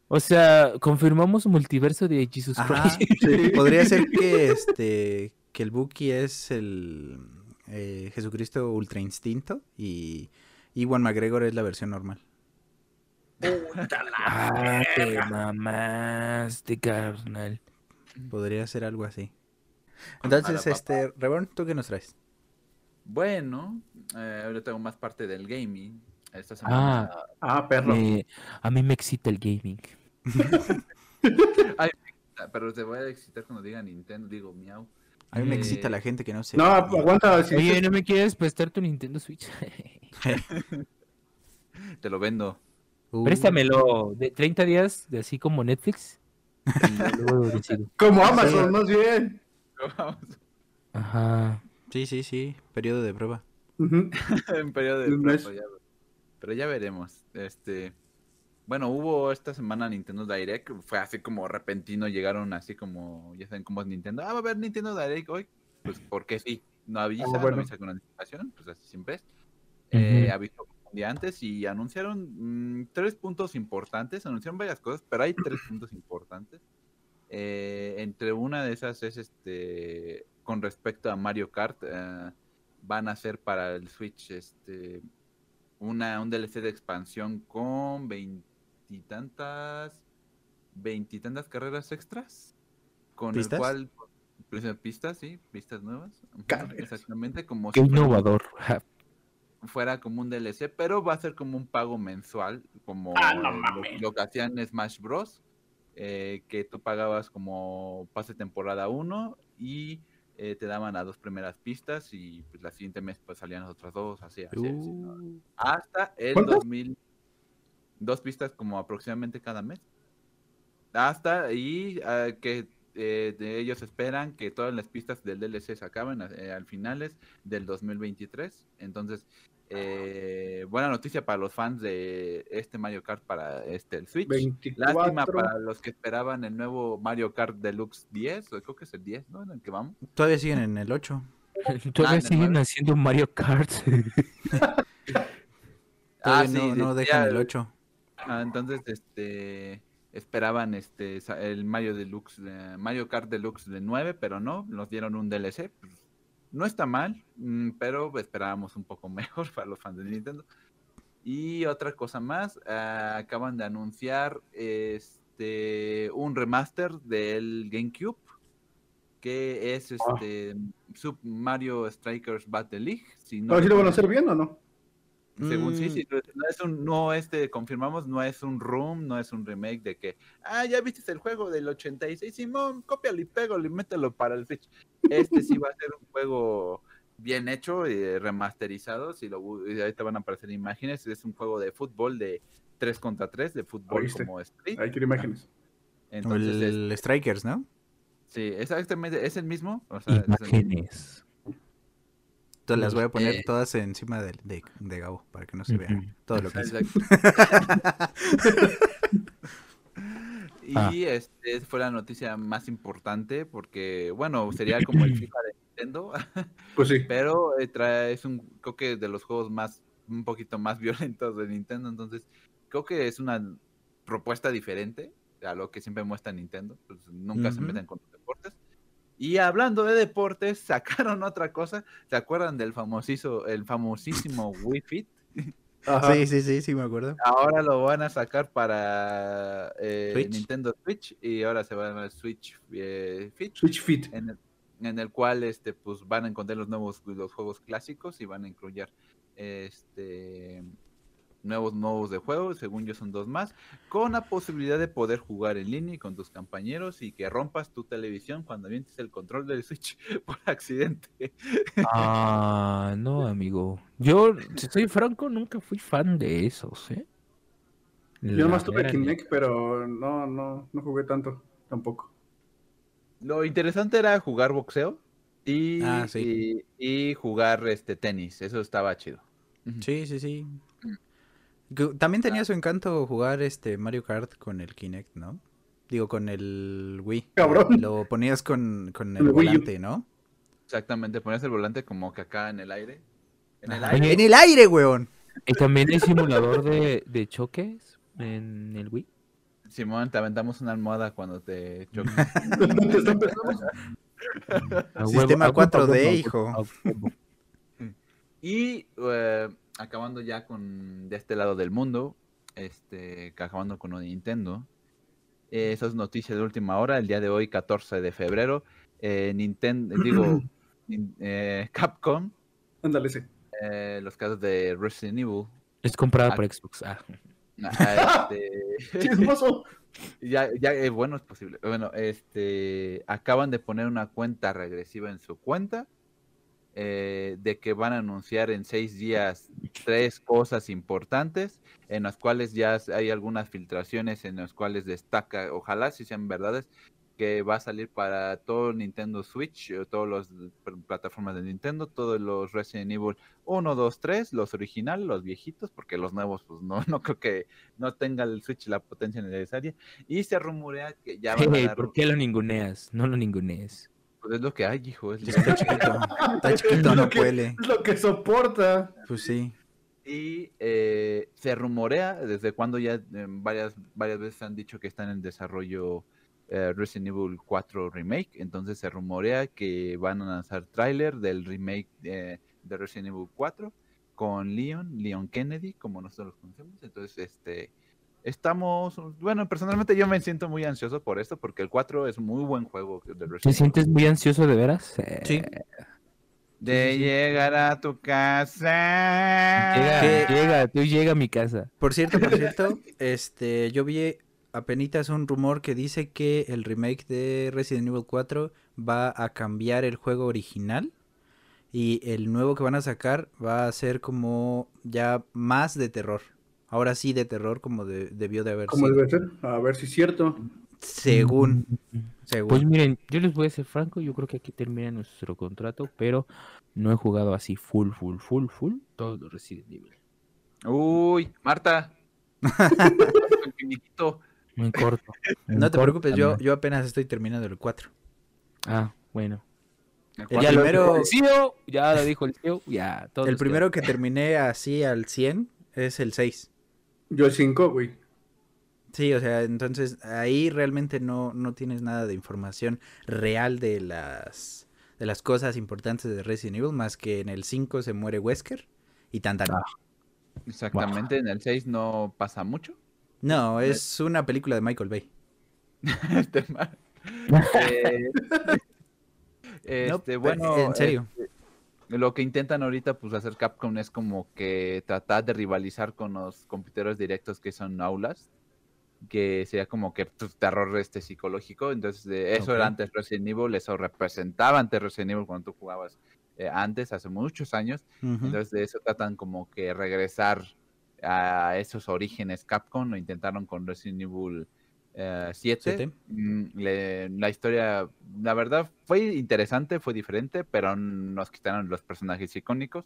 S3: O sea, confirmamos multiverso de Jesus
S2: Ajá.
S3: Christ.
S2: Podría ser que este que el Buki es el eh, Jesucristo Ultra Instinto y Iwan McGregor es la versión normal.
S5: Puta la-
S3: Ah, te mamaste, carnal.
S2: Podría ser algo así. Entonces,
S4: papá.
S2: este, Reborn, ¿tú qué nos traes?
S4: Bueno, eh, ahora tengo más parte del gaming. Esta semana.
S5: Ah, perro.
S3: Me- Eh, a mí me excita el gaming.
S4: Pero te voy a excitar cuando diga Nintendo. Digo, miau.
S2: A mí me
S4: Eh,
S2: excita la gente que no se...
S5: No, ah, pues, aguanta. Si
S3: Oye,
S5: dices-
S3: ¿no me quieres prestar tu Nintendo Switch?
S4: Te lo vendo.
S2: Uh,
S3: Préstamelo de 30 días, de así como Netflix. Y ya luego decido.
S5: Como Amazon, más bien.
S3: Ajá.
S2: Sí, sí, sí, periodo de prueba.
S5: Ujú.
S4: en periodo de
S5: Un
S4: prueba,
S5: mes.
S4: ya ve- pero ya veremos este bueno hubo esta semana Nintendo Direct fue así como repentino llegaron así como ya saben cómo es Nintendo ah va a haber Nintendo Direct hoy pues porque sí no avisa
S5: Ah, bueno.
S4: no avisa con anticipación pues así siempre es Eh,
S3: Ujú.
S4: avisó un día antes y anunciaron mm, tres puntos importantes anunciaron varias cosas pero hay tres puntos importantes Eh, entre una de esas es este con respecto a Mario Kart eh, van a hacer para el Switch este una un DLC de expansión con veintitantas veintitantas carreras extras con
S2: ¿Pistas?
S4: el cual pues, pistas sí pistas nuevas Ujú,
S5: Carreras.
S4: exactamente como
S3: Qué
S4: si fuera,
S3: innovador. Ja.
S4: fuera como un DLC pero va a ser como un pago mensual como
S5: Ah, no
S4: lo-
S5: mames.
S4: lo, que hacían en Smash Bros eh, que tú pagabas como pase temporada 1 y eh, te daban las dos primeras pistas y pues, la siguiente mes pues salían las otras dos así así, así, ¿no?
S2: Uh,
S4: Hasta el
S5: ¿Cuántas?
S4: 2000. Dos pistas como aproximadamente cada mes. Hasta y ah, que eh, de ellos esperan que todas las pistas del DLC se acaben a- eh, al finales del 2023. Entonces, eh, buena noticia para los fans de este Mario Kart para este el Switch.
S5: 24.
S4: Lástima para los que esperaban el nuevo Mario Kart Deluxe 10, o creo que es el 10, ¿no? En el que vamos.
S2: Todavía siguen en el 8.
S3: Todavía
S4: Ah,
S3: siguen
S4: normal.
S3: haciendo Mario Kart.
S2: Todavía
S4: Ah, sí,
S2: no, no
S4: decía
S2: dejan el
S4: el-
S2: 8.
S4: Ah, entonces, este, esperaban este sa- el Mario Deluxe, de- Mario Kart Deluxe de 9, pero no, nos dieron un DLC. pues, no está mal, mm, pero esperábamos un poco mejor para los fans de Nintendo. Y otra cosa más, ah, acaban de anunciar este un remaster del GameCube que es
S5: Ah.
S4: este Sub Mario Strikers Battle League. Si
S5: A ver si lo van
S4: recuerdo
S5: a hacer bien o no.
S4: según sí,
S2: Mm.
S4: sí, pues, no es un, no este, confirmamos, no es un room, no es un remake de que, ah, ya viste el juego del 86, Simón, cópialo y pégalo y mételo para el Switch. Este sí va a ser un juego bien hecho, eh, remasterizado, si lo, bu- y ahí te van a aparecer imágenes, es un juego de fútbol de 3 contra 3, de fútbol
S5: ¿Oíste?
S4: como Street.
S5: Hay que ir imágenes.
S4: Entonces, es-
S2: el Strikers, ¿no?
S4: sí, exactamente, es el mismo. O sea, es el mismo.
S3: Imágenes.
S2: Entonces las voy a poner
S4: Eh.
S2: todas encima de, de, de Gabo para que no se vea
S3: Ujú.
S2: todo lo que hice.
S4: Exacto. y
S3: Ah.
S4: este fue la noticia más importante porque, bueno, sería como el FIFA de Nintendo,
S5: Pues sí.
S4: pero eh, trae- es un, creo que de los juegos más, un poquito más violentos de Nintendo, entonces creo que es una propuesta diferente a lo que siempre muestra Nintendo, pues nunca se
S2: Ujú.
S4: meten con los deportes. Y hablando de deportes, sacaron otra cosa, ¿se acuerdan del famosísimo, el famosísimo Wii Fit?
S5: Ajá.
S2: Sí, sí, sí, sí, me acuerdo.
S4: Ahora lo van a sacar para eh,
S2: Switch.
S4: Nintendo Switch y ahora se va a llamar Switch eh, Fit,
S5: Switch Fit.
S4: en el, en el cual este, pues, van a encontrar los nuevos los juegos clásicos y van a incluir este, nuevos modos de juego, según yo son dos más, con la posibilidad de poder jugar en línea y con tus compañeros y que rompas tu televisión cuando vientes el control del Switch por accidente.
S3: Ah, no, amigo. Yo, si soy franco, nunca fui fan de esos, ¿eh?
S5: Yo nomás
S3: La
S5: tuve
S3: mera
S5: Kinect, pero no, no, no jugué tanto. Tampoco.
S4: Lo interesante era jugar boxeo y,
S2: Ah, sí.
S4: y- y jugar este tenis, eso estaba chido. Ujú.
S2: Sí, sí, sí. Gu- También tenía su encanto jugar este Mario Kart con el Kinect, ¿no? Digo, con el Wii.
S5: Cabrón.
S2: Lo ponías con, con el
S5: El Wii U.
S2: volante, ¿no?
S4: Exactamente, ponías el volante como que acá en el aire. En el
S2: Ajá.
S4: aire.
S2: En el aire, weón.
S3: Y también hay simulador de, de choques en el Wii.
S4: Simón, te aventamos una almohada cuando te chocas.
S5: Entonces empezamos.
S3: A huevo,
S2: Ah, Sistema
S3: a huevo, a
S2: 4D,
S3: huevo, a
S2: hijo.
S3: huevo, a huevo.
S4: Y eh, acabando ya con de este lado del mundo, este, acabando con lo de Nintendo. eh, esas noticias de última hora, el día de hoy, 14 de febrero, Nintendo, digo, nin- eh, Capcom,
S5: Ándale, ese.
S4: eh, los casos de Resident Evil.
S3: Es comprada
S4: Ah.
S3: por Xbox. Ah.
S4: ajá, este,
S5: Chismoso.
S4: Ya, ya, eh, bueno, es posible. Bueno, este, acaban de poner una cuenta regresiva en su cuenta eh, de que van a anunciar en seis días tres cosas importantes, en las cuales ya s- hay algunas filtraciones en las cuales destaca, ojalá si sean verdades, que va a salir para todo Nintendo Switch, eh, todas las plataformas de Nintendo, todos los Resident Evil 1, 2, 3, los originales, los viejitos, porque los nuevos, pues no, no creo que no tenga el Switch la potencia necesaria. Y se rumorea que ya van a
S3: Hey,
S4: dar-
S3: ¿Por qué lo ninguneas? No lo ningunees.
S4: pues es lo que hay, hijo. es lo que
S2: Está
S4: hay.
S2: chiquito. Está chiquito, no puede.
S5: Es lo que soporta.
S2: Pues sí.
S4: Y eh, se rumorea desde cuando ya em, varias, varias veces han dicho que están en desarrollo eh, Resident Evil 4 Remake. Entonces se rumorea que van a lanzar tráiler del remake eh, de Resident Evil 4 con Leon, Leon Kennedy, como nosotros lo conocemos. Entonces, este estamos. Bueno, personalmente yo me siento muy ansioso por esto porque el 4 es muy buen juego de Resident
S3: ¿Te
S4: Evil.
S3: sientes muy ansioso de veras? Eh,
S2: Sí.
S4: De llegar a tu casa.
S3: Llega,
S2: ¿Qué?
S3: llega, tú llega a mi casa.
S2: Por cierto, por cierto, este, yo vi apenitas un rumor que dice que el remake de Resident Evil 4 va a cambiar el juego original y el nuevo que van a sacar va a ser como ya más de terror. Ahora sí de terror como de- debió de haber
S5: Como
S2: sido.
S5: debe ser. A ver si es cierto.
S2: Según,
S3: Pues
S2: según.
S3: miren, yo les voy a ser franco, yo creo que aquí termina nuestro contrato, pero no he jugado así full, full, full, full, todos los Resident Evil.
S4: Uy, Marta. El finiquito.
S3: En corto. en
S2: No te
S3: corto,
S2: preocupes, yo,
S3: carnal.
S2: yo apenas estoy terminando el 4.
S3: Ah, bueno.
S4: El
S2: El
S3: ya
S4: cuatro.
S3: lo
S2: primero-
S3: dijo el CEO, ya lo dijo el CEO, ya. todos
S2: El
S3: los
S2: primero que terminé así al 100 es el 6.
S5: Yo el 5, güey.
S2: Sí, o sea, entonces ahí realmente no, no tienes nada de información real de las de las cosas importantes de Resident Evil, más que en el 5 se muere Wesker y tan tan.
S5: Ah,
S4: Exactamente, en el 6 no pasa mucho.
S2: No,
S5: eh,
S2: es una película de Michael Bay.
S4: Este, ma- Eh,
S2: No,
S4: este,
S2: pe-
S4: bueno,
S2: en serio.
S5: este,
S4: eh, lo que intentan ahorita pues hacer Capcom es como que tratar de rivalizar con los computadores directos que son aulas, que sería como que tu terror este psicológico, entonces de eso era
S2: Ok.
S4: antes Resident Evil, eso representaba antes Resident Evil cuando tú jugabas eh, antes, hace muchos años.
S2: Ujú.
S4: Entonces de eso tratan como que regresar a esos orígenes Capcom, lo intentaron con Resident Evil eh, 7.
S2: Siete.
S4: Mm, le- la historia, la verdad, fue interesante, fue diferente, pero nos quitaron los personajes icónicos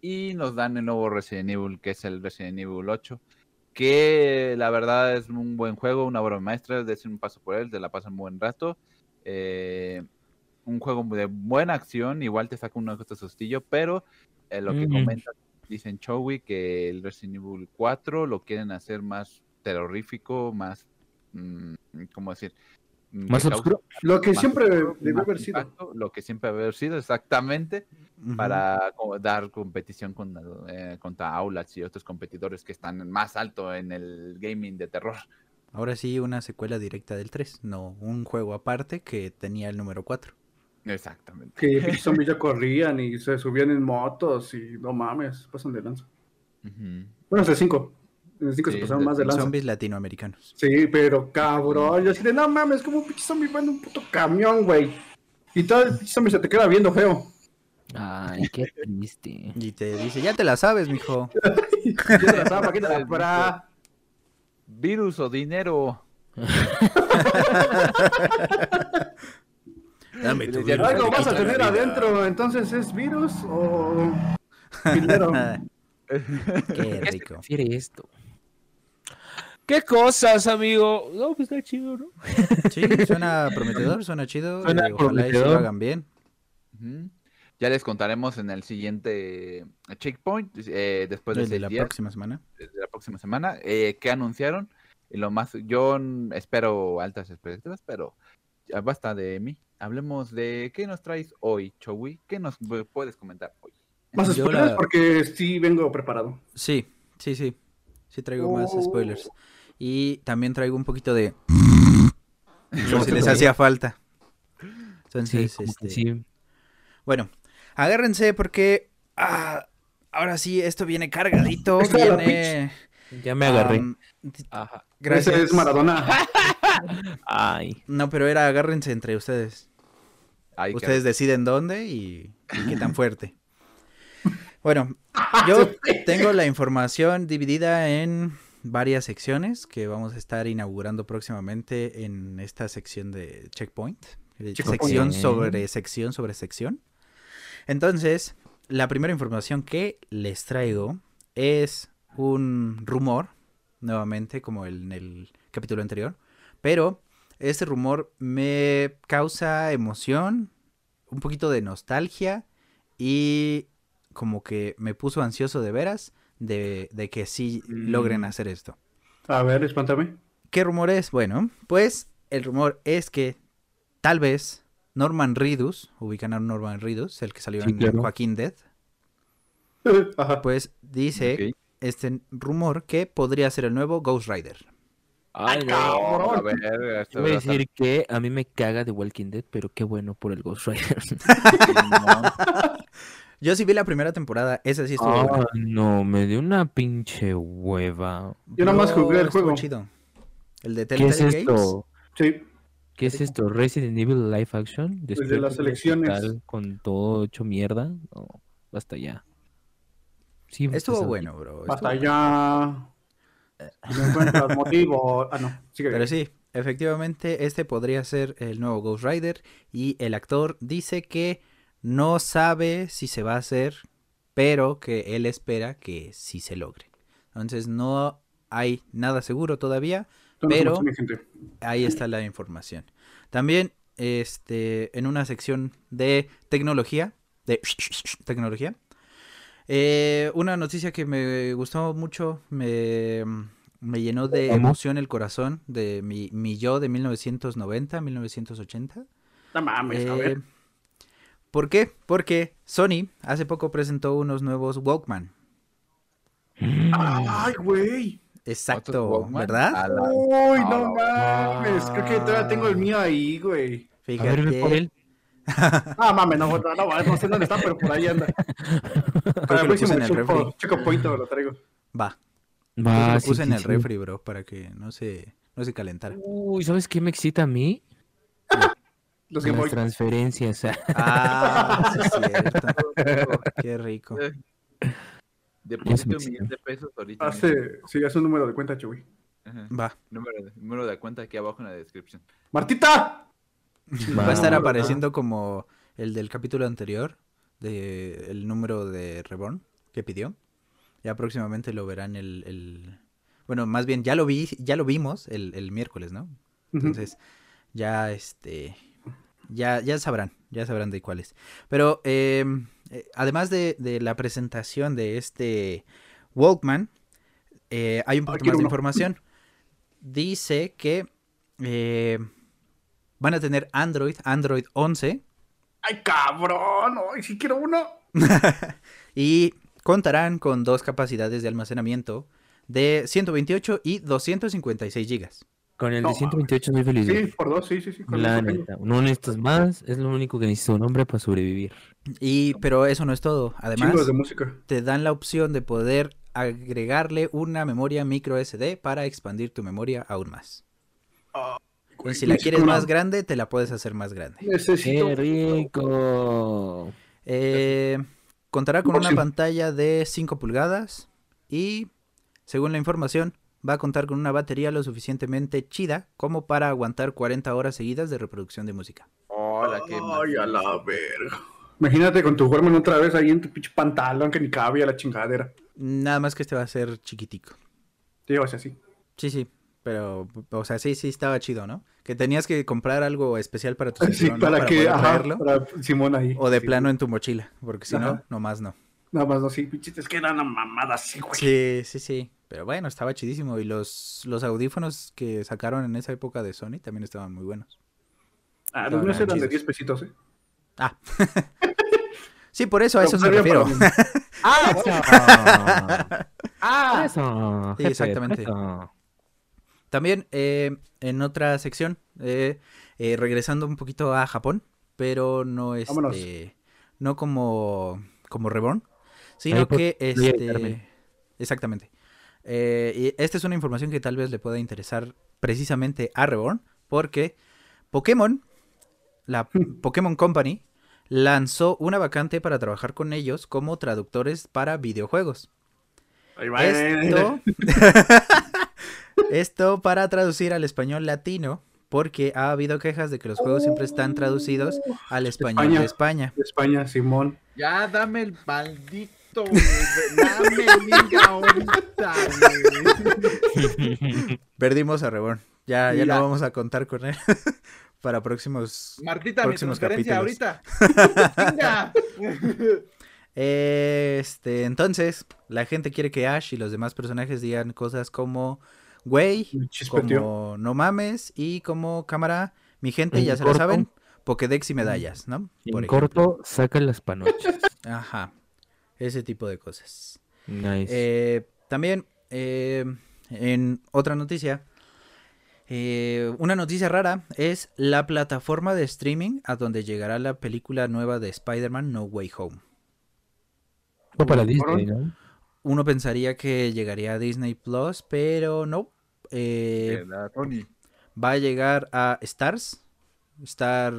S4: y nos dan el nuevo Resident Evil, que es el Resident Evil 8, que la verdad es un buen juego, una obra maestra, des un paso por él, te la pasan un buen rato. eh, un juego de buena acción, igual te saca uno que otro sustillo, pero eh, lo que
S3: Mm.
S4: comentan, dicen Chowi, que el Resident Evil 4 lo quieren hacer más terrorífico, más, mm, ¿cómo decir? Mm,
S3: Más
S4: que cause
S3: oscuro.
S5: Lo que
S4: más
S5: siempre
S4: oscuro,
S5: debió
S4: más
S5: haber sido.
S4: impacto, Lo que siempre haber sido, exactamente
S2: Ujú.
S4: para como dar competición con, eh, contra Aulas y otros competidores que están más alto en el gaming de terror.
S2: Ahora sí una secuela directa del 3, no un juego aparte que tenía el número 4.
S4: Exactamente.
S5: Que pinches zombies ya corrían y se subían en motos y no mames, pasan de lanza.
S4: Ujú.
S5: Bueno, hasta el 5. En el 5
S4: Sí,
S5: se pasaron más de
S4: desde
S5: lanza.
S2: Zombies latinoamericanos.
S5: Sí, pero cabrón, yo así de no mames, como un pinche zombie va en un puto camión, güey. Y todo el pinche zombie se te queda viendo feo.
S3: Ay, qué triste.
S2: Y te dice, "Ya te la sabes, mijo."
S5: Yo te la zapa, aquí te la pra.
S4: Virus o dinero.
S2: Dame tu
S4: Ya no
S2: virus,
S5: Algo
S2: te
S5: vas a
S2: quito la
S5: tener
S2: vida.
S5: adentro, entonces es virus o dinero.
S2: Qué rico.
S3: Prefiere esto. ¿Qué cosas, amigo? No, pues está chido, ¿no?
S2: Sí, suena prometedor, suena chido.
S3: Suena
S2: eh, ojalá y sí lo
S3: prometedor.
S2: hagan bien.
S4: Ujú. Ya les contaremos en el siguiente checkpoint, eh, después de,
S2: El de
S4: seis
S2: la
S4: días,
S2: próxima semana.
S4: de la próxima semana, eh, que anunciaron. Y lo más, yo n- espero altas expectativas, pero ya basta de mí. Hablemos de qué nos traes hoy, Chowi. ¿Qué nos pu- puedes comentar hoy?
S5: Más
S2: Yo
S5: spoilers
S2: la-
S5: porque sí vengo preparado.
S2: Sí, sí, sí. Sí traigo más
S5: Oh.
S2: spoilers. Y también traigo un poquito de... Por si
S3: te
S2: les
S3: preocupes.
S2: hacía falta.
S3: Sí,
S2: Entonces,
S3: como que
S2: este,
S3: sí.
S2: bueno, agárrense porque... ah, ahora sí, esto viene cargadito.
S5: Esta la
S2: viene...
S3: Ya me agarré.
S2: am,
S3: Ah, Ajá.
S2: gracias.
S5: Ese es Maradona.
S3: Ay.
S2: No, pero era agárrense entre ustedes.
S4: Ay, qué-
S2: Ustedes deciden dónde y, y qué tan fuerte. Bueno, yo tengo la información dividida en varias secciones que vamos a estar inaugurando próximamente en esta sección de Checkpoint. eh,
S5: Checkpoint.
S2: Sección sobre sección sobre sección. Entonces, la primera información que les traigo es un rumor, nuevamente como en el capítulo anterior, pero este rumor me causa emoción, un poquito de nostalgia y como que me puso ansioso de veras de, de que sí
S5: Mm.
S2: logren hacer esto.
S5: A ver, espántame.
S2: ¿Qué rumor es? Bueno, pues el rumor es que tal vez Norman Reedus, ubican a Norman Reedus, el que salió
S3: Sí,
S2: en
S3: claro.
S2: Joaquín Dead,
S5: Ajá.
S2: pues dice
S4: Ok.
S2: este rumor que podría ser el nuevo Ghost Rider.
S3: Ay,
S4: No, a ver, esto
S3: Voy a
S4: va a estar-
S3: decir que a mí me caga de Walking Dead, pero qué bueno por el Ghost Rider.
S2: Yo sí vi la primera temporada, esa sí estuvo buena.
S3: Ah, no, me dio una pinche hueva.
S5: Yo nada más
S2: Pero
S5: jugué el
S2: estuvo
S5: juego.
S2: chido. El de
S3: ¿Qué
S2: Telltale
S3: es
S2: Games.
S3: esto?
S5: Sí.
S3: ¿Qué es esto? Resident Evil Live Action. Después
S5: las
S3: del
S5: elecciones.
S3: hospital Con todo hecho mierda. No, basta ya. Sí,
S2: Estuvo
S3: basta.
S2: bueno, bro. estuvo
S5: Hasta
S2: bueno.
S5: allá. No encuentro el motivo. Ah, no. Sigue.
S2: Pero sí, efectivamente, este podría ser el nuevo Ghost Rider. Y el actor dice que no sabe si se va a hacer, pero que él espera que sí se logre. Entonces no hay nada seguro todavía.
S5: Tú no
S2: pero-
S5: conoces a mi gente.
S2: Ahí está la información. También, este, en una sección de tecnología, de tecnología, eh, una noticia que me gustó mucho, me, me llenó de
S3: Vamos.
S2: emoción el corazón de mi, mi yo de 1990, 1980.
S5: No mames, a
S2: Eh,
S5: ver.
S2: ¿Por qué? Porque Sony hace poco presentó unos nuevos Walkman. Eh,
S5: Ay, güey.
S2: Exacto,
S4: Walkman?
S2: ¿verdad?
S4: A la-
S5: Uy, no
S3: Ah.
S5: mames. Creo que todavía tengo el mío ahí, güey.
S3: A ver, ve por él.
S5: Ah, mames, no, no, no, no sé dónde está, pero por ahí anda. Para
S2: lo Ah,
S5: el
S2: puse
S5: próximo
S2: en el refri.
S5: checo, checkpoint lo traigo.
S2: Va. Yo se
S3: Va,
S2: lo
S3: sí,
S2: puse en
S3: sí,
S2: el
S3: sí.
S2: refri, bro, para que no se, no se calentara.
S3: Uy, ¿sabes qué me excita a mí?
S5: Los que
S3: Las
S5: voy.
S3: transferencias.
S2: Ah, sí es cierto. Qué rico.
S4: Deposito
S3: Ya
S4: un
S3: se me
S4: millón de pesos ahorita.
S5: Ah,
S4: mismo.
S5: Hace, sí, hace un número de cuenta, Chuy.
S4: Ajá.
S2: Va.
S4: Número de, número de cuenta aquí abajo en la descripción.
S5: ¡Martita!
S2: Va a estar
S5: Ah.
S2: apareciendo como el del capítulo anterior, de el número de Reborn que pidió. Ya próximamente lo verán el, el- Bueno, más bien ya lo vi, ya lo vimos el, el miércoles, ¿no? Entonces, ya este. Ya, ya sabrán, ya sabrán de cuáles. Pero eh, eh, además de, de la presentación de este Walkman, eh, hay un
S5: Ay,
S2: poquito
S5: Ah, quiero
S2: más de
S5: uno.
S2: información. Dice que eh, van a tener Android, Android 11,
S5: ¡Ay, cabrón! ¡Ay, sí quiero uno!
S2: y contarán con dos capacidades de almacenamiento de 128 y 256 gigas.
S3: Con el
S5: No,
S3: de 128 soy feliz.
S5: Sí,
S3: güey.
S5: por dos, sí, sí, sí. con
S3: La
S5: eso tengo.
S3: neta. No necesitas más. Es lo único que necesita un hombre para sobrevivir.
S2: Y, pero eso no es todo. Además,
S5: Chingos de música.
S2: te dan la opción de poder agregarle una memoria micro SD para expandir tu memoria aún más. Y pues, si la
S5: Necesito
S2: quieres
S5: una-
S2: más grande, te la puedes hacer más grande.
S5: Necesito.
S3: ¡Qué rico!
S2: Eh, contará con una
S5: Unboxing.
S2: pantalla de 5 pulgadas y, según la información, va a contar con una batería lo suficientemente chida como para aguantar 40 horas seguidas de reproducción de música.
S4: Hola, qué
S5: Ay, a la verga. Imagínate con tu Warman otra vez ahí en tu pinche pantalón que ni cabía la chingadera.
S2: Nada más que este va a ser chiquitico.
S5: Te o sea, así.
S2: Sí, sí, pero, o sea, sí, sí estaba chido, ¿no? Que tenías que comprar algo especial para tu
S5: Sí,
S2: cinturón, ¿no?
S5: para, que,
S2: poder
S5: ajá,
S2: traerlo.
S5: para Simón ahí.
S2: O de
S5: Sí.
S2: plano en tu mochila, porque si no,
S5: Ajá.
S2: nomás no.
S5: Nada más, no, sí, pinches, es que era una mamada así, güey.
S2: Sí, sí, sí. Pero bueno, estaba chidísimo. Y los, los audífonos que sacaron en esa época de Sony también estaban muy buenos.
S5: Ah, los míos eran de 10 pesitos, ¿eh?
S2: Ah. sí, por eso a eso me
S5: Pero
S2: refiero.
S5: sabía para mí.
S3: ¡Ah! ¡Eso!
S5: ¡Ah!
S3: ¡Eso!
S2: Sí,
S3: jefe,
S2: exactamente.
S3: eso.
S2: También eh, en otra sección, eh, eh, regresando un poquito a Japón, pero no
S5: Vámonos.
S2: este, no como, como Reborn, sino
S3: Ahí por-
S2: que
S3: voy a
S2: este,
S3: evitarme.
S2: exactamente. Eh, y esta es una información que tal vez le pueda interesar precisamente a Reborn, porque Pokémon, la Pokémon Company, lanzó una vacante para trabajar con ellos como traductores para videojuegos.
S5: Ahí va, eh, ahí va, ahí va.
S2: Esto, esto para traducir al español latino, porque ha habido quejas de que los juegos siempre están traducidos al español de España.
S5: De España, Simón.
S4: Ya dame el maldito, güey. Dame liga ahorita, güey.
S2: Perdimos a Reborn. Ya, ya
S4: Mira.
S2: no vamos a contar con él para próximos.
S4: Martita, mi
S2: Próximos
S4: transferencia
S2: capítulos.
S4: ahorita. Venga.
S2: Este, entonces, la gente quiere que Ash y los demás personajes digan cosas como güey,
S5: Me chispeteo.
S2: como no mames y como cámara, mi gente,
S3: En
S2: ya se lo
S3: corto.
S2: saben, Pokédex y medallas, ¿no? Por
S3: En
S2: ejemplo.
S3: corto, saca las panochas.
S2: Ajá. Ese tipo de cosas.
S3: Nice.
S2: Eh, también, eh, en otra noticia, eh, una noticia rara es la plataforma de streaming a donde llegará la película nueva de Spider-Man No Way Home.
S3: Fue para
S5: ¿Fueron?
S3: Disney, ¿no?
S2: Uno pensaría que llegaría a Disney Plus, pero no. Eh,
S4: La Tony.
S2: va a llegar a Stars, Star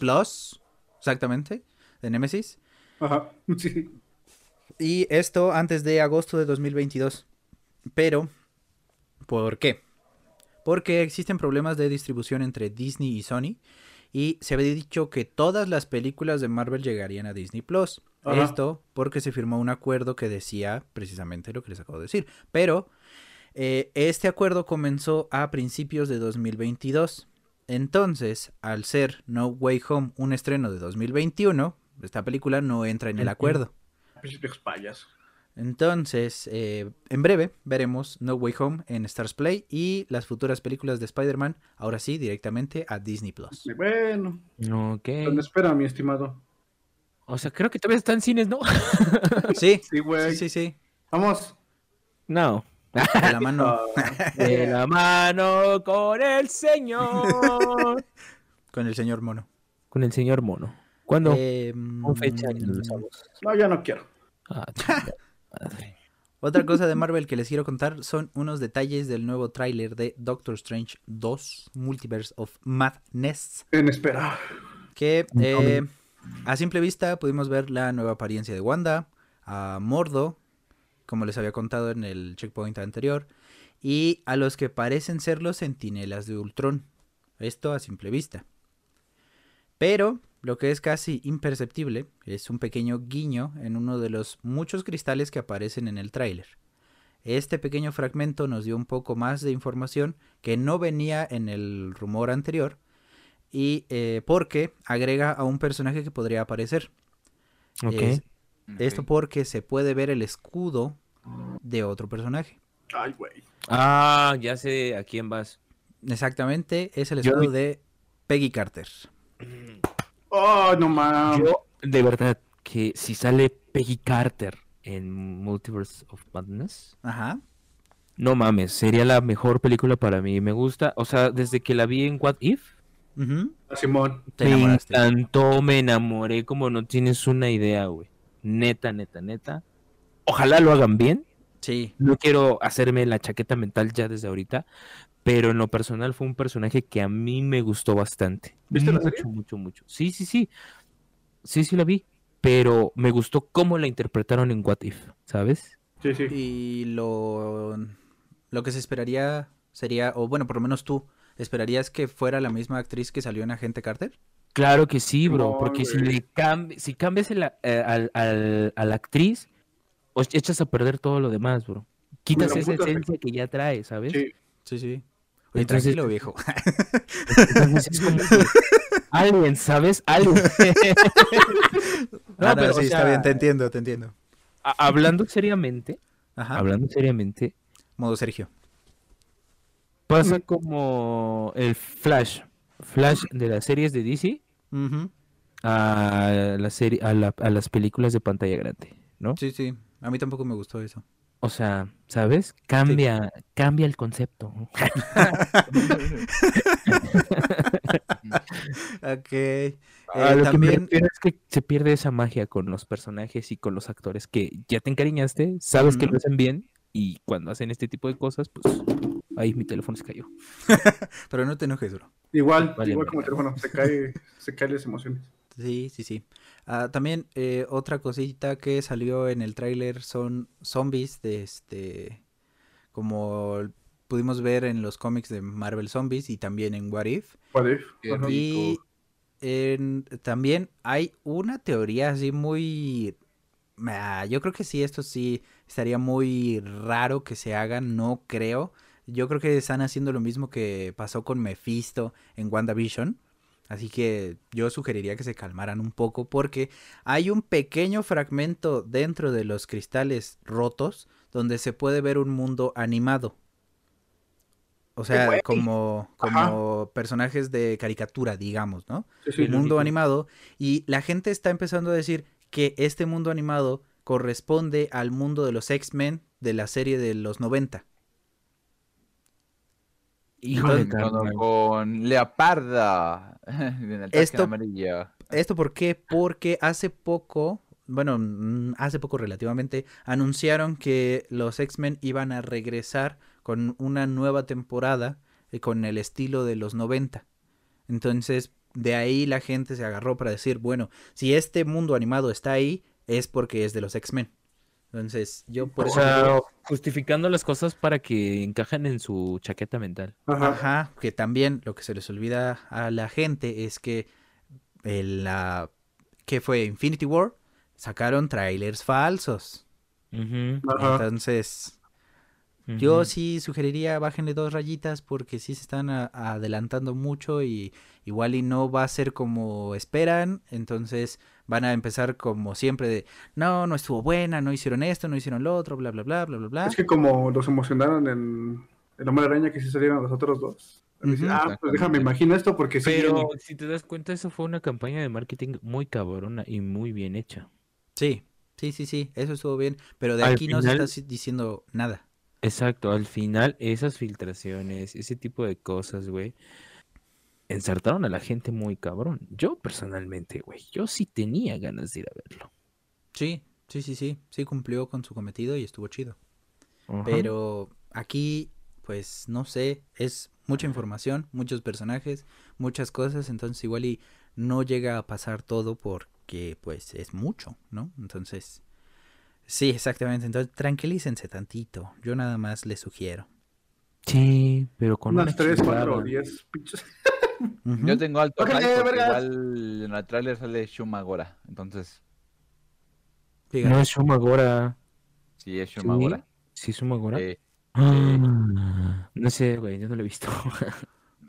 S2: Plus, exactamente, de Nemesis.
S5: Ajá. Sí.
S2: Y esto antes de agosto de 2022. Pero, ¿por qué? Porque existen problemas de distribución entre Disney y Sony. Y se había dicho que todas las películas de Marvel llegarían a Disney Plus.
S5: Ajá.
S2: Esto porque se firmó un acuerdo que decía precisamente lo que les acabo de decir. Pero eh, este acuerdo comenzó a principios de 2022. Entonces, al ser No Way Home un estreno de 2021, esta película no entra en el
S3: Ujú.
S2: acuerdo.
S5: Principios payas.
S2: Entonces, eh, en breve veremos No Way Home en Stars Play y las futuras películas de Spider-Man, ahora sí, directamente a Disney Plus.
S5: Y Bueno,
S3: Ok.
S5: ¿dónde espera, mi estimado?
S3: O sea, creo que todavía están cines, ¿no?
S2: Sí,
S5: Sí, güey.
S2: sí, sí, sí.
S5: Vamos.
S3: No.
S2: De la mano
S5: Ah,
S3: De la mano con el señor.
S2: con el señor mono.
S3: con el señor mono. ¿Cuándo?
S2: Eh,
S3: Con fecha y nos
S2: mm,
S3: besamos.
S5: no, ya no quiero.
S3: Ah, chingada madre.
S2: Otra cosa de Marvel que les quiero contar son unos detalles del nuevo tráiler de Doctor Strange 2, Multiverse of Madness,
S5: En espera.
S2: que
S3: Un
S2: eh,
S3: cómic.
S2: a simple vista pudimos ver la nueva apariencia de Wanda, a Mordo, como les había contado en el checkpoint anterior, y a los que parecen ser los centinelas de Ultron. Esto a simple vista. Pero lo que es casi imperceptible es un pequeño guiño en uno de los muchos cristales que aparecen en el tráiler. Este pequeño fragmento nos dio un poco más de información que no venía en el rumor anterior y eh, porque agrega a un personaje que podría aparecer.
S3: Ok.
S2: Es- Esto porque se puede ver el escudo de otro personaje.
S5: Ay, güey.
S3: Ah, ya sé a quién vas.
S2: Exactamente, es el
S3: Yo
S2: escudo
S3: vi-
S2: de Peggy Carter.
S5: Oh, no mames.
S3: Yo, de verdad, que si sale Peggy Carter en Multiverse of Madness,
S2: Ajá.
S3: no mames, sería la mejor película para mí. Me gusta, o sea, desde que la vi en What If,
S2: Ujú.
S5: Ah, Simón.
S2: Te
S3: me
S2: enamoraste.
S3: encantó, me enamoré, como no tienes una idea, güey. Neta, neta, neta. Ojalá lo hagan bien.
S2: Sí.
S3: No quiero hacerme la chaqueta mental ya desde ahorita, pero en lo personal fue un personaje que a mí me gustó bastante.
S5: ¿Viste la
S3: mucho,
S5: serie?
S3: mucho, mucho. Sí, sí, sí. Sí, sí la vi, pero me gustó cómo la interpretaron en What If, ¿sabes?
S5: Sí, sí.
S2: Y lo, lo que se esperaría sería, o bueno, por lo menos tú, ¿esperarías que fuera la misma actriz que salió en Agente Carter?
S3: Claro que sí, bro,
S5: No,
S3: porque si
S5: güey.
S3: le cambi- si cambias el a- eh, al- al- a la actriz, os echas a perder todo lo demás, bro. Quitas
S5: Pero
S3: esa
S5: puta,
S3: esencia que ya trae, ¿sabes?
S5: Sí.
S2: Sí, sí. Oye,
S3: Entonces-
S2: tranquilo, viejo.
S3: Entonces es como que, Alien, ¿sabes?
S2: Ah,
S3: Alien.
S2: no,
S3: pero,
S2: sí,
S3: o
S2: está
S3: sea,
S2: bien, te entiendo, te entiendo.
S3: a- hablando seriamente,
S2: Ajá.
S3: hablando seriamente,
S2: Modo Sergio.
S3: pasa como el Flash. Flash de las series de DC
S2: Ujú.
S3: a, la serie, a, la- a las películas de pantalla grande, ¿no?
S2: Sí, sí. A mí tampoco me gustó eso.
S3: O sea, ¿sabes? Cambia, cambia el concepto.
S2: Ok.
S3: A
S2: Eh,
S3: Ah, lo que me
S2: también-
S3: refiero es que se pierde esa magia con los personajes y con los actores que ya te encariñaste, sabes que
S2: Ujú.
S3: lo hacen bien y cuando hacen este tipo de cosas, pues ahí mi teléfono se cayó.
S2: Pero no te enojes, bro.
S5: Igual,
S3: Vale,
S5: igual como el
S3: verga.
S5: teléfono, se cae, se caen las emociones.
S2: Sí, sí, sí. Ah, también eh, otra cosita que salió en el tráiler son zombies de este, como pudimos ver en los cómics de Marvel Zombies y también en What If.
S5: What if?
S4: Qué
S5: Ajá.
S2: Y en- también hay una teoría así muy... Ah, yo creo que sí, esto sí estaría muy raro que se haga, no creo. Yo creo que están haciendo lo mismo que pasó con Mephisto en WandaVision. Así que yo sugeriría que se calmaran un poco porque hay un pequeño fragmento dentro de los cristales rotos donde se puede ver un mundo animado. O sea,
S5: guay.
S2: como,
S5: Ajá.
S2: como personajes de caricatura, digamos, ¿no?
S5: Sí, sí,
S2: el
S5: lo
S2: mundo
S5: vi.
S2: animado y la gente está empezando a decir que este mundo animado corresponde al mundo de los X-Men de la serie de los 90.
S3: Híjole,
S4: Con-
S3: carnal.
S4: con Leoparda. en el traje
S2: Esto-
S4: amarillo.
S2: ¿Esto por qué? Porque hace poco, bueno, mm, hace poco relativamente, anunciaron que los X-Men iban a regresar con una nueva temporada eh, con el estilo de los 90. Entonces, de ahí la gente se agarró para decir, bueno, si este mundo animado está ahí, es porque es de los X-Men. Entonces, yo por
S5: Oh,
S3: O
S2: eso...
S3: sea, justificando las cosas para que encajen en su chaqueta mental.
S5: Ajá.
S2: Ajá, que también lo que se les olvida a la gente es que en la que fue Infinity War sacaron trailers falsos.
S5: Ajá.
S2: Entonces,
S3: Ujú,
S2: yo
S3: ujú.
S2: sí sugeriría bájenle dos rayitas porque sí se están a- adelantando mucho y igual y no va a ser como esperan, entonces van a empezar como siempre de no, no estuvo buena, no hicieron esto, no hicieron lo otro, bla bla bla bla bla bla.
S5: Es que como los emocionaron en El Hombre Araña que sí salieron los otros dos. dicen,
S2: Ujú.
S5: ah, pues déjame imagino esto porque sí.
S3: Pero si te das cuenta, eso fue una campaña de marketing muy cabrona y muy bien hecha.
S2: Sí, sí, sí, sí, eso estuvo bien, pero de
S3: Al
S2: aquí no se
S3: final-
S2: está si- diciendo nada.
S3: Exacto, al final esas filtraciones, ese tipo de cosas, güey, ensartaron a la gente muy cabrón. Yo personalmente, güey, yo sí tenía ganas de ir a verlo.
S2: Sí, sí, sí, sí, sí cumplió con su cometido y estuvo chido.
S3: Ajá.
S2: Pero aquí, pues no sé, es mucha información, muchos personajes, muchas cosas, entonces igual y no llega a pasar todo porque pues es mucho, ¿no? Entonces, sí, exactamente, entonces tranquilícense tantito, yo nada más les sugiero.
S3: Sí, pero con
S5: unas
S3: unas
S5: 3, 4 o 10 pinches.
S2: Ujú.
S4: Yo tengo alto
S5: Ok,
S4: hype porque
S5: vergas.
S4: igual en el trailer sale Shumagora. Entonces,
S2: Fíjate.
S3: No es Shumagora.
S4: sí es
S3: ¿Sí?
S4: Shumagora.
S3: ¿Sí es Shumagora?
S4: Sí.
S3: Ah, no sé, güey, yo no lo he visto.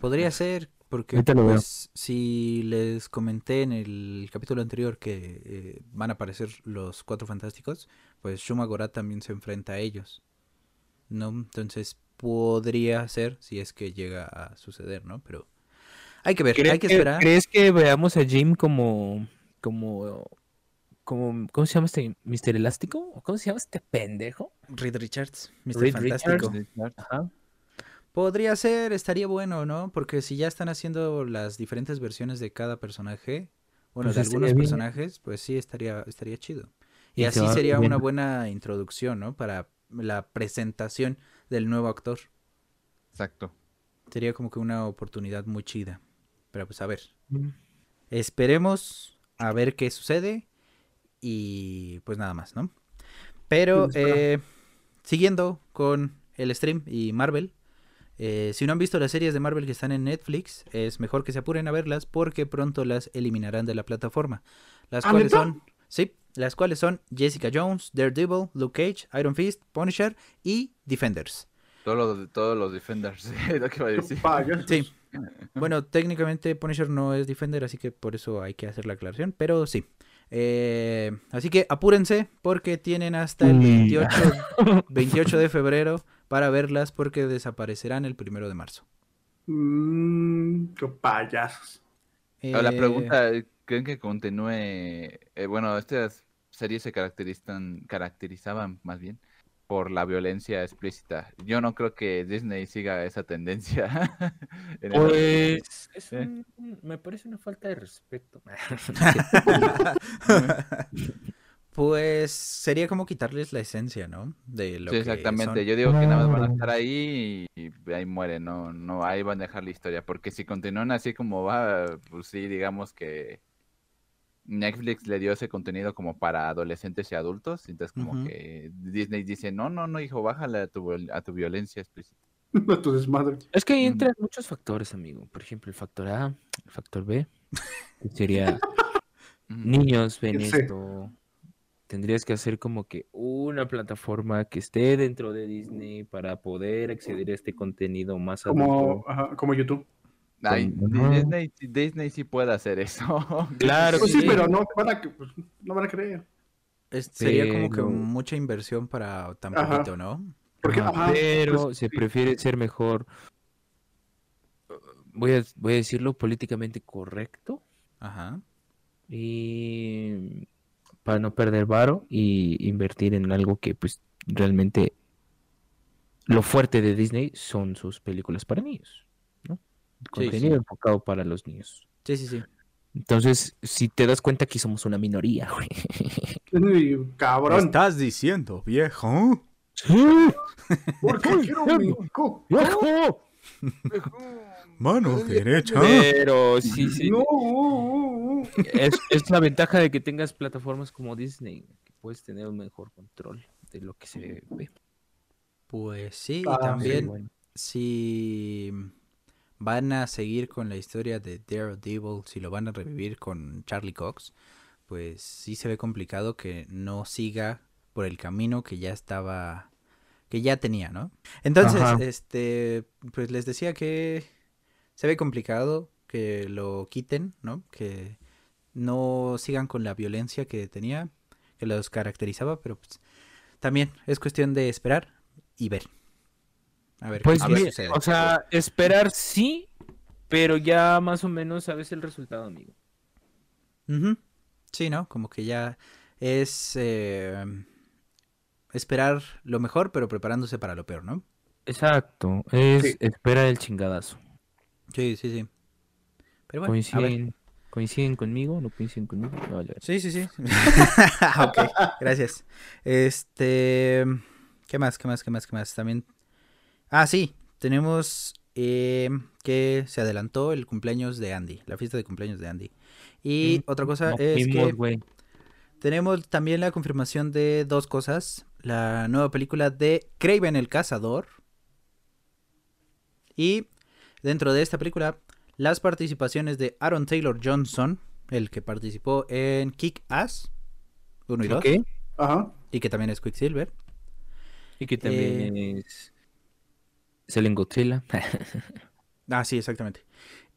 S2: Podría ser, porque
S3: Ahorita lo veo.
S2: pues, si les comenté en el capítulo anterior que eh, van a aparecer los cuatro fantásticos, pues Shuma Gorat también se enfrenta a ellos. ¿No? Entonces podría ser si es que llega a suceder, ¿no? Pero hay que ver, hay que esperar.
S3: ¿Crees que veamos a Jim como, como, como, ¿cómo se llama este Mr. Elástico? ¿O ¿Cómo se llama este pendejo?
S2: Reed Richards, Mr.
S3: Reed
S2: Fantástico.
S3: Richards. Ajá.
S2: Podría ser, estaría bueno, ¿no? Porque si ya están haciendo las diferentes versiones de cada personaje, bueno,
S3: Pues
S2: de
S3: estaría
S2: algunos
S3: bien.
S2: personajes, pues sí estaría, estaría chido. Y,
S3: Y se
S2: así
S3: va
S2: sería una
S3: viendo.
S2: buena introducción, ¿no? Para la presentación del nuevo actor.
S4: Exacto.
S2: Sería como que una oportunidad muy chida. Pero pues a ver, esperemos a ver qué sucede y pues nada más, ¿no? Pero
S5: Sí, espera.
S2: eh, siguiendo con el stream y Marvel, eh, si no han visto las series de Marvel que están en Netflix, es mejor que se apuren a verlas porque pronto las eliminarán de la plataforma. Las
S5: ¿Ah,
S2: cuales
S5: neta?
S2: son, sí, las cuales son Jessica Jones, Daredevil, Luke Cage, Iron Fist, Punisher y Defenders.
S4: Todos los, todos los Defenders. es lo que iba a decir.
S5: Payasos.
S2: Sí. Pues, eh, Bueno, técnicamente Punisher no es Defender, así que por eso hay que hacer la aclaración, pero sí. Eh, así que apúrense porque tienen hasta el
S3: Mm.
S2: 28, 28 de febrero para verlas porque desaparecerán el primero de marzo.
S5: Mmm, qué payasos.
S4: Ahora, La
S2: Eh,
S4: pregunta, ¿creen que continúe? eh, bueno, estas series se caracterizan, caracterizaban más bien por la violencia explícita. Yo no creo que Disney siga esa tendencia. en el-
S1: Pues es
S4: Sí.
S1: un- me parece una falta de respeto.
S2: Pues sería como quitarles la esencia, ¿no? De lo
S4: Sí,
S2: que
S4: exactamente.
S2: son.
S4: Yo digo que nada más van a estar ahí y, y ahí mueren, no, no, ahí van a dejar la historia. Porque si continúan así como va, pues sí, digamos que Netflix le dio ese contenido como para adolescentes y adultos. Entonces como
S2: Ujú.
S4: que Disney dice, no, no, no, hijo, bájale a tu, viol- a tu violencia explícita.
S5: No tu desmadre.
S3: Es que ahí
S4: Ujú.
S3: entran muchos factores, amigo. Por ejemplo, el factor A, el factor B, que sería niños ven
S5: Yo sé.
S3: esto. Tendrías que hacer como que una plataforma que esté dentro de Disney para poder acceder a este contenido más
S5: Como,
S3: adulto.
S5: ajá, como YouTube.
S4: Ay,
S3: Ujú.
S4: Di- Disney, Disney sí puede hacer
S2: Ah.
S4: eso.
S3: Claro
S5: Pues sí,
S3: sí.
S5: pero no van a, que- pues, no van a creer.
S2: Es- sería como que
S3: Pero-
S2: mucha inversión para tan
S5: Ajá.
S2: poquito, ¿no?
S5: Porque,
S3: Ajá,
S5: ajá,
S3: pero
S5: pues,
S3: se
S5: sí.
S3: prefiere ser mejor. eh, Voy a, voy a decirlo políticamente correcto.
S2: Ajá.
S3: Y para no perder varo y invertir en algo que pues realmente lo fuerte de Disney son sus películas para niños, ¿no? El
S2: Sí, sí.
S3: contenido enfocado para los niños.
S2: Sí, sí, sí.
S3: Entonces, si te das cuenta que somos una minoría, güey.
S5: Ay, Cabrón.
S2: estás diciendo, viejo?
S5: Porque quiero México.
S2: Mano derecha.
S4: Ah.
S3: Pero sí, sí. uh,
S5: No.
S3: Es, es la ventaja de que tengas plataformas como Disney, que puedes tener un mejor control de lo que se ve.
S2: Pues sí, y
S5: Ah, sí,
S2: también
S3: bueno.
S2: si van a seguir con la historia de Daredevil, si lo van a revivir con Charlie Cox, pues sí se ve complicado que no siga por el camino que ya estaba, que ya tenía, ¿no? Entonces,
S3: Ajá.
S2: este, pues les decía que se ve complicado que lo quiten, ¿no? Que no sigan con la violencia que tenía, que los caracterizaba, pero pues también es cuestión de esperar y ver. A ver
S3: Pues
S2: qué
S4: ver,
S3: mira,
S2: sucede.
S3: o sea, esperar sí, pero ya más o menos sabes el resultado, amigo.
S2: Ujú. Sí, ¿no? Como que ya es eh, esperar lo mejor, pero preparándose para lo peor, ¿no?
S3: Exacto, es
S5: Sí.
S3: espera el chingadazo.
S2: Sí, sí, sí. Pero bueno, a ver.
S3: ¿Coinciden, ¿Coinciden conmigo? ¿No coinciden conmigo? Me vale ver.
S2: Sí, sí, sí. ok, gracias. Este. ¿Qué más? ¿Qué más? ¿Qué más? ¿Qué más? También. Ah, sí. Tenemos eh, que se adelantó el cumpleaños de Andy, la fiesta de cumpleaños de Andy. Y
S3: Mm,
S2: otra cosa
S3: Nos
S2: es
S3: fuimos,
S2: que
S3: güey.
S2: Tenemos también la confirmación de dos cosas. La nueva película de Craven el Cazador. Y dentro de esta película, las participaciones de Aaron Taylor Johnson, el que participó en Kick Ass 1 y 2,
S3: Ok,
S5: Ajá.
S2: y que también es Quicksilver.
S3: Y que también
S2: Eh.
S3: es... Selen Godzilla.
S2: Ah, sí, exactamente.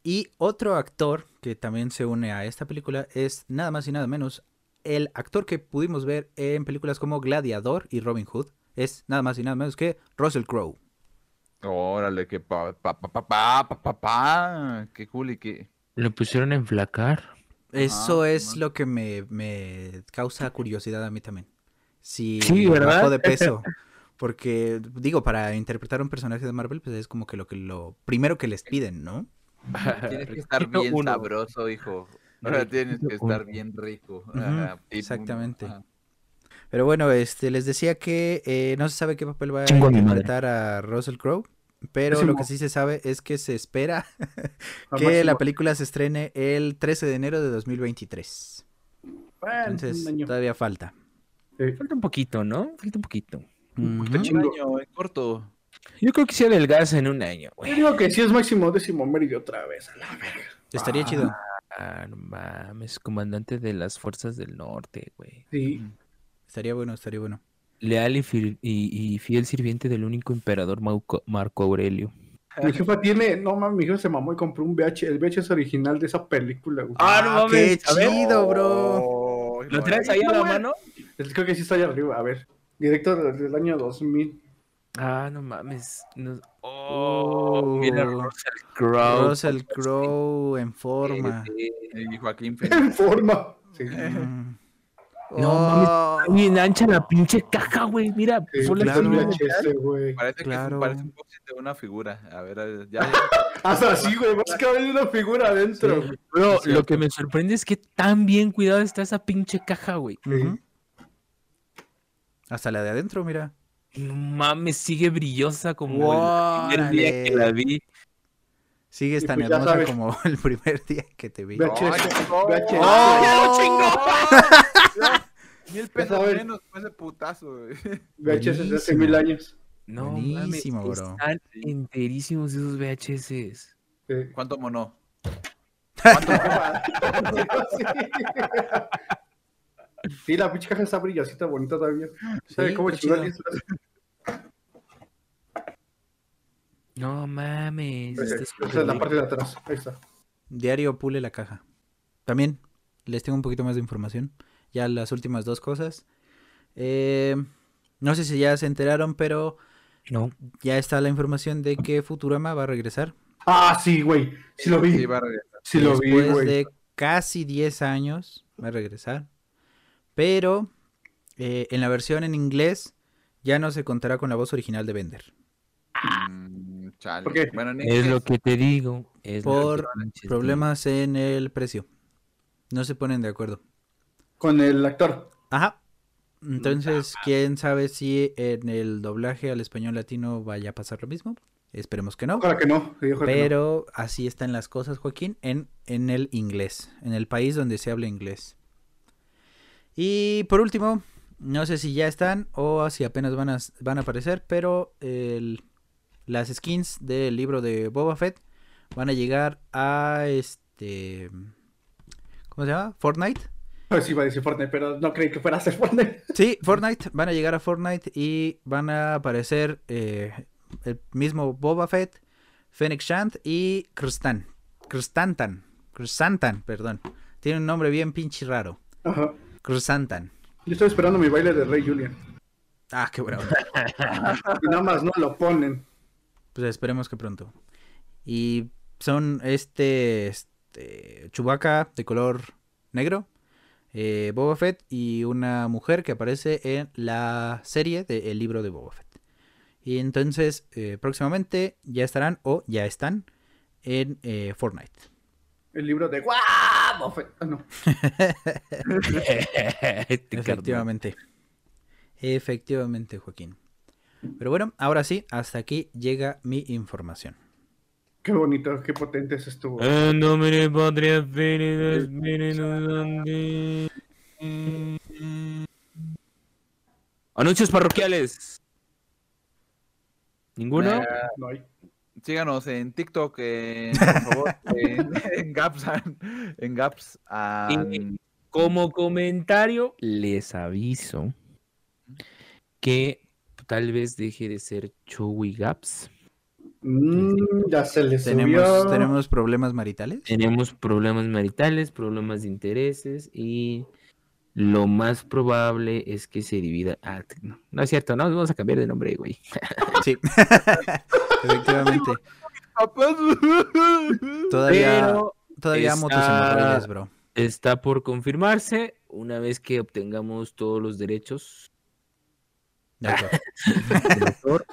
S2: Y otro actor que también se une a esta película es nada más y nada menos el actor que pudimos ver en películas como Gladiador y Robin Hood. Es nada más y nada menos que Russell Crowe.
S4: Órale, que pa, pa, pa, pa, pa, pa, pa, pa. Qué cool y qué...
S3: Lo pusieron a enflacar.
S2: Eso
S4: Ajá,
S2: es
S4: Simón.
S2: lo que me, me causa curiosidad a mí también. Si
S3: Sí, ¿verdad?
S2: bajó de peso. Porque, digo, para interpretar a un personaje de Marvel, pues es como que lo que lo primero que les piden, ¿no?
S4: Tienes que estar
S3: Requisito
S4: bien
S3: uno.
S4: sabroso, hijo. Ahora tienes que
S3: uno.
S4: estar bien rico. Ajá, y-
S2: exactamente.
S4: ajá.
S2: Pero bueno, este, les decía que eh, no se sabe qué papel va a
S3: Chingo a mi madre.
S2: interpretar a Russell Crowe. Pero lo que
S5: Máximo.
S2: sí se sabe es que se espera
S5: Al
S2: que la
S5: máximo.
S2: película se estrene el 13 de enero de 2023.
S3: Ah,
S5: Bueno,
S2: Entonces,
S5: un año.
S2: todavía falta.
S5: Sí.
S3: Falta un poquito, ¿no? Falta un poquito.
S2: Ujú.
S4: Un año, en corto.
S3: Yo creo que se adelgaza en un año,
S5: Yo
S3: güey.
S5: digo que sí es máximo décimo mérito otra vez. a la verga.
S2: Estaría chido.
S3: Ah, no mames, comandante de las fuerzas del norte, güey.
S5: Sí.
S2: Estaría bueno, estaría bueno.
S3: Leal y, fir- y- y fiel sirviente del único emperador Mauco- Marco Aurelio.
S5: Mi jefa tiene, no mames, mi jefa se mamó y compró un VH, el VHS original de esa película, güey.
S3: Ah, no
S2: ¡Qué
S3: mames, a ver.
S2: chido, bro!
S4: Oh,
S3: ¿Lo
S4: por
S3: traes
S4: ahí.
S3: ahí a la
S5: güey.
S3: mano?
S5: El- Creo que sí está allá arriba, a ver. Directo del del año 2000.
S3: Ah, no mames. no- Oh, mira,
S2: Uh,
S3: Russell Crowe.
S2: Russell Crowe en forma.
S4: Y Joaquín
S5: En
S4: Phoenix.
S5: forma. Sí.
S2: Mm.
S3: No
S2: Oh,
S3: mames, bien ancha la pinche caja, güey. Mira,
S5: Sí,
S3: fue la
S5: está en
S2: claro.
S5: VHS, güey.
S4: Parece que
S2: Claro.
S4: es- parece un boxing de una figura. A ver, a ver, ya.
S5: Hasta así, güey. Vas a caber una figura adentro. güey.
S3: Bro,
S5: Sí,
S3: lo que me sorprende es que tan bien cuidada está esa pinche caja, güey.
S2: ujú. Hasta la de adentro, mira.
S3: No mames, sigue brillosa como el primer día que la
S2: Órale.
S3: vi.
S2: Sigues
S5: Y
S2: tan
S5: pues ya
S2: hermosa
S5: sabes.
S2: como el primer día que te vi.
S5: Ve- VHS, VHS.
S4: ¡Oh!
S2: ¡Ya lo
S4: Mil
S5: Ya
S4: pesos
S5: sabes.
S4: menos, fue ese putazo, güey.
S5: VHS de hace
S2: Buenísimo.
S5: mil años.
S3: No
S2: Buenísimo,
S3: mames,
S2: bro.
S3: están enterísimos esos VHS.
S5: Sí.
S4: ¿Cuánto monó?
S5: Sí, la pinche caja está brillosita, bonita todavía. ¿Sabe
S2: Sí,
S5: cómo
S2: está
S5: chingar?
S2: chida.
S3: No
S2: Este,
S3: mames. está
S5: Pues, Esa
S3: súper
S5: es este, la
S3: bien.
S5: parte de atrás. Ahí está.
S2: Diario pule la caja. También les tengo un poquito más de información. Ya las últimas dos cosas. Eh, no sé si ya se enteraron, pero
S3: No.
S2: ya está la información de que Futurama va a regresar.
S5: Ah, sí, güey. Sí lo vi.
S4: Sí, va a regresar.
S5: Sí lo vi,
S2: después
S5: güey.
S2: de casi 10 años va a regresar. Pero eh, en la versión en inglés ya no se contará con la voz original de Bender.
S4: Mm, chale.
S5: ¿Por qué?
S4: Bueno, ni
S3: Es lo que te digo. Es lo
S2: Por
S3: que pinches digo.
S2: Problemas en el precio. No se ponen de acuerdo.
S5: Con el actor.
S2: Ajá. Entonces, quién sabe si en el doblaje al español latino vaya a pasar lo mismo. Esperemos que no.
S5: Ojalá que no. sí, ojalá que no.
S2: Pero así están las cosas, Joaquín, en, en el inglés, en el país donde se habla inglés. Y por último, no sé si ya están o si apenas van a, van a aparecer, pero el- las skins del libro de Boba Fett van a llegar a este... ¿Cómo se llama? Fortnite.
S5: Ah, Sí, iba a decir Fortnite, pero no creí que fuera a ser Fortnite.
S2: Sí, Fortnite. Van a llegar a Fortnite y van a aparecer eh, el mismo Boba Fett, Fennec Shand y Krustan. Krustantan. Krustantan, perdón. Tiene un nombre bien pinche raro.
S5: Ajá.
S2: Krustantan.
S5: Yo estoy esperando mi baile de Rey Julian.
S2: Ah, qué bueno.
S5: Y nada más no lo ponen.
S2: Pues esperemos que pronto. Y son este, este Chewbacca de color negro, eh, Boba Fett y una mujer que aparece en la serie del libro de Boba Fett. Y entonces eh, próximamente ya estarán o ya están en eh, Fortnite.
S5: El libro de ¡Guau! Buffett. Ah, no.
S3: Este carnal.
S2: Efectivamente. Efectivamente, Joaquín. Pero bueno, ahora sí, hasta aquí llega mi información.
S5: Qué bonito, qué potente es esto.
S2: ¿Eh?
S3: En nombre de patria, feliz, miren adelante. Anuncios parroquiales. ¿Ninguno?
S4: Eh,
S5: No hay.
S4: Síganos en TikTok, en, por favor, en, en Gaps. and- En Gaps. and-
S3: Como comentario, les aviso que tal vez deje de ser Chewy Gaps.
S5: Mm, ya se les
S2: ¿Tenemos,
S5: subió.
S2: ¿Tenemos problemas maritales?
S3: Tenemos problemas maritales, problemas de intereses y lo más probable es que se divida. Ah, t- no, no es cierto, no, vamos a cambiar de nombre, güey.
S2: Sí. Efectivamente. Todavía,
S3: Pero
S2: todavía amo tus
S3: está-
S2: hemorroides, bro.
S3: está por confirmarse una vez que obtengamos todos los derechos
S2: De acuerdo.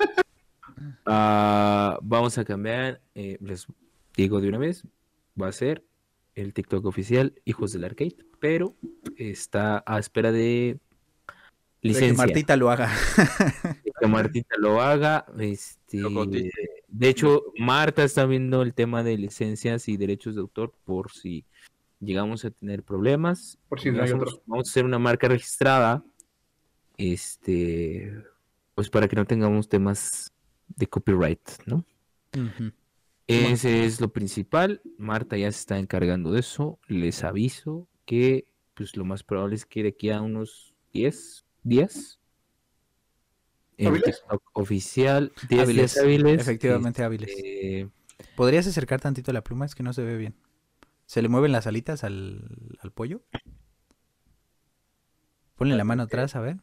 S3: Ah, vamos a cambiar, eh, les digo de una vez, va a ser el TikTok oficial Hijos del Arcade, pero está a espera de
S2: De
S3: licencia.
S2: que
S3: de
S2: Martita lo haga.
S3: que Martita lo haga. este,
S4: Lo cotice.
S3: de hecho, Marta está viendo el tema de licencias y derechos de autor por si llegamos a tener problemas.
S5: Por si no
S3: Ya
S5: hay
S3: somos-
S5: otro.
S3: Vamos a hacer una marca registrada. Este, pues para que no tengamos temas de copyright, ¿no?
S2: Ujú.
S3: Ese es lo principal. Marta ya se está encargando de eso. Les aviso que pues lo más probable es que de aquí a unos 10 días el
S5: ¿Hábiles?
S3: TikTok oficial 10
S2: Hábiles,
S3: días hábiles,
S2: Efectivamente, hábiles.
S3: este,
S2: ¿Podrías acercar tantito la pluma? Es que no se ve bien. ¿Se le mueven las alitas al, al pollo? Ponle la mano atrás, a ver.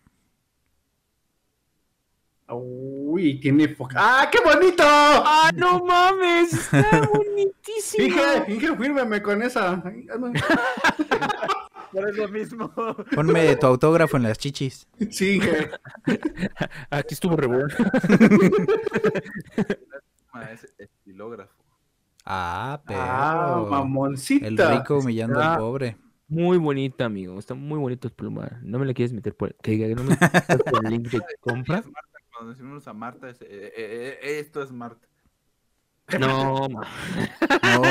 S5: Uy, tiene foca. ¡Ah, qué bonito!
S3: ¡Ah, no mames! Está bonitísimo.
S5: Inge, Inge, fírmeme con esa. Ay, no.
S4: Pero es lo mismo.
S2: Ponme tu autógrafo en las chichis.
S5: Sí, Inge.
S3: Aquí estuvo Reborn.
S4: es estilógrafo.
S2: Ah, pero.
S5: Ah, mamoncita.
S2: el rico humillando al pobre.
S3: Muy bonita, amigo. Está muy bonito el plumar. No me la quieres meter por, que diga, no me quieres meter por el link de compra.
S4: Marta, cuando decimos a Marta, es, eh, eh, eh, esto es Marta.
S3: No, ma-
S2: No,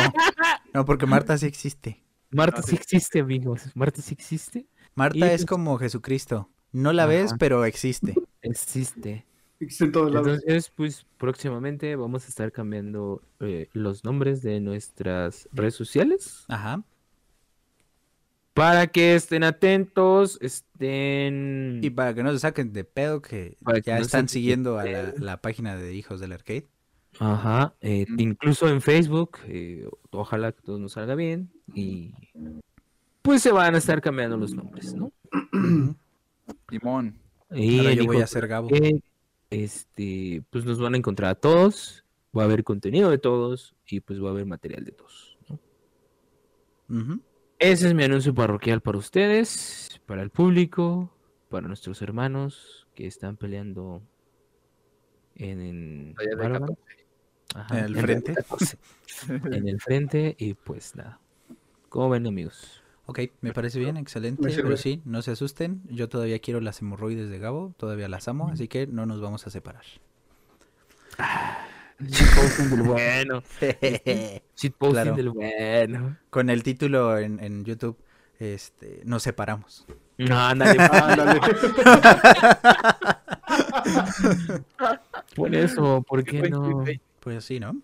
S2: no, porque Marta sí existe.
S3: Marta sí existe, amigos. Marta sí existe. Y,
S2: Marta es
S3: pues-
S2: como Jesucristo. No la ves,
S3: Ajá.
S2: pero existe.
S3: Existe.
S5: Existe en todos lados.
S3: Entonces, pues próximamente vamos a estar cambiando eh, los nombres de nuestras redes sociales.
S2: Ajá.
S3: Para que estén atentos, estén...
S2: Y para que no se saquen de pedo que
S3: Para que
S2: ya
S3: no se saquen
S2: están
S3: de
S2: siguiendo a la, la página de Hijos del Arcade.
S3: Ajá, eh,
S4: Ujú.
S3: incluso en Facebook, eh, ojalá que todo nos salga bien y pues se van a estar cambiando los nombres, ¿no?
S4: Timón.
S3: Y
S2: Ahora
S3: el
S2: yo voy
S3: hijo
S2: a ser Gabo.
S3: que, este, pues nos van a encontrar a todos, va a haber contenido de todos y pues va a haber material de todos, ¿no?
S2: Ujú.
S3: Ese es mi anuncio parroquial para ustedes, para el público, para nuestros hermanos que están peleando en, en
S4: Allá de
S3: Valorant.
S4: 14.
S3: Ajá,
S2: En el
S3: en-
S2: frente.
S3: en el frente y pues nada. ¿Cómo ven amigos?
S2: Ok, me parece bien, excelente.
S5: Me sirve.
S2: Pero sí, no se asusten. Yo todavía quiero las hemorroides de Gabo, todavía las amo, así que no nos vamos a separar.
S3: Shitposting del bueno. Shitposting
S2: Claro.
S3: del bueno.
S2: Este, Con el título en, en YouTube, este, nos separamos.
S3: No, ándale, pa.
S5: Ándale.
S3: por eso, ¿por qué
S4: Buen
S3: no?
S4: clickbait.
S2: Pues sí, ¿no?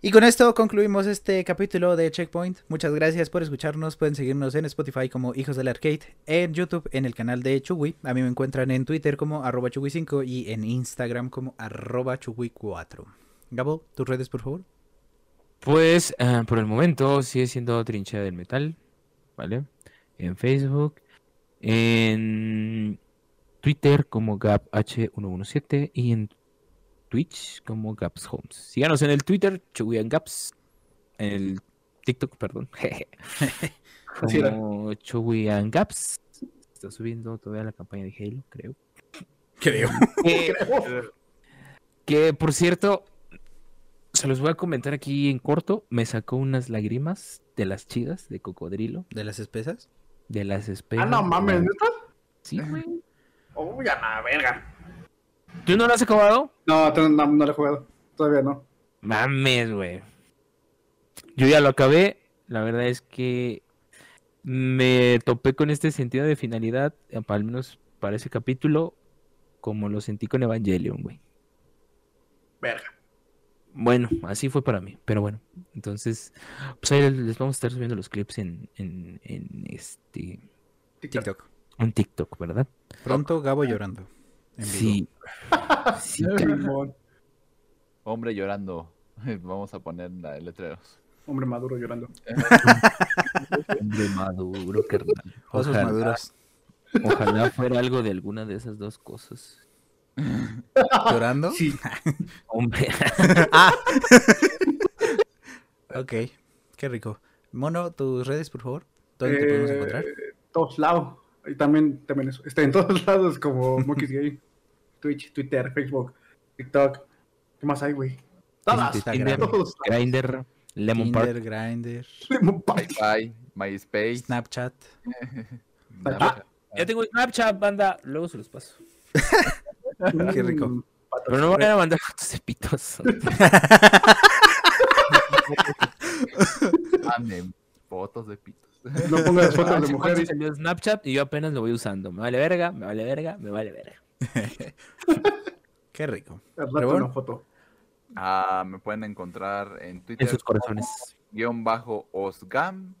S2: Y con esto concluimos este capítulo de Checkpoint. Muchas gracias por escucharnos. Pueden seguirnos en Spotify como Hijos del Arcade, en YouTube en el canal de Chugui. A mí me encuentran en Twitter como arroba chugui5 y en Instagram como arroba chugui4. Gabo, tus redes, por favor.
S3: Pues ah, por el momento sigue siendo Trinchera del Metal, ¿vale? En Facebook, en Twitter como GapH117 y en Twitch como Gaps Homes. Síganos en el Twitter, Chuguyan Gaps, en el TikTok, perdón, jeje,
S5: Así era.
S3: como Chuguyan Gaps. Está subiendo todavía la campaña de Halo, creo.
S2: Creo.
S3: Que- que por cierto, se los voy a comentar aquí en corto. Me sacó unas lágrimas de las chidas de cocodrilo,
S2: ¿De las espesas?
S3: de las
S5: Ah,
S3: especies.
S5: no mames, ¿neta?
S3: Sí, güey.
S5: Uy, a la verga.
S3: ¿Tú no lo has acabado?
S5: No, no, no, no lo he jugado. Todavía no.
S3: Mames, güey. Yo ya lo acabé. La verdad es que me topé con este sentido de finalidad, eh, al menos para ese capítulo, como lo sentí con Evangelion, güey.
S5: Verga.
S3: Bueno, así fue para mí, pero bueno. Entonces, pues ahí les vamos a estar subiendo los clips en, en, en este
S5: TikTok.
S2: TikTok.
S3: en TikTok, ¿verdad?
S2: Pronto Gabo llorando. en vivo.
S3: Sí. Sí,
S5: Simón.
S4: Hombre llorando. Vamos a poner la de letreros.
S5: Hombre maduro llorando.
S3: hombre maduro, carnal.
S2: Osos
S3: Ojalá.
S2: maduros
S3: Ojalá fuera algo de alguna de esas dos cosas.
S2: llorando.
S5: Sí.
S3: Hombre,
S2: Ok, qué rico. Mono, tus redes, por favor. ¿Dónde te podemos
S5: Eh,
S2: encontrar?
S5: Todos lados. Y también, también eso. Está en todos lados como Monkeys Game. Twitch, Twitter, Facebook, TikTok. ¿Qué más hay, güey? Todas.
S2: Instagram.
S5: Todos.
S3: Grinder, Lemon Park,
S2: Tinder, Grindr,
S5: Lemon Pie.
S4: Bye, MySpace.
S2: Snapchat.
S4: Snapchat.
S3: Ya tengo Snapchat, banda. Luego se los paso.
S2: Qué rico.
S5: Mm,
S3: Pero no vayan a mandar fotos de pitos.
S4: Manden fotos de pitos.
S5: No pongas fotos
S2: Ah,
S5: de
S3: Hace cuánto
S5: mujeres.
S3: salió Snapchat y yo apenas lo voy usando. Me vale verga, me vale verga, me vale verga.
S2: Qué rico. Pero
S5: Al rato
S2: bueno.
S5: una foto.
S4: Ah, me pueden encontrar en
S3: En
S4: Twitter.
S3: sus corazones.
S4: guión bajo Osgam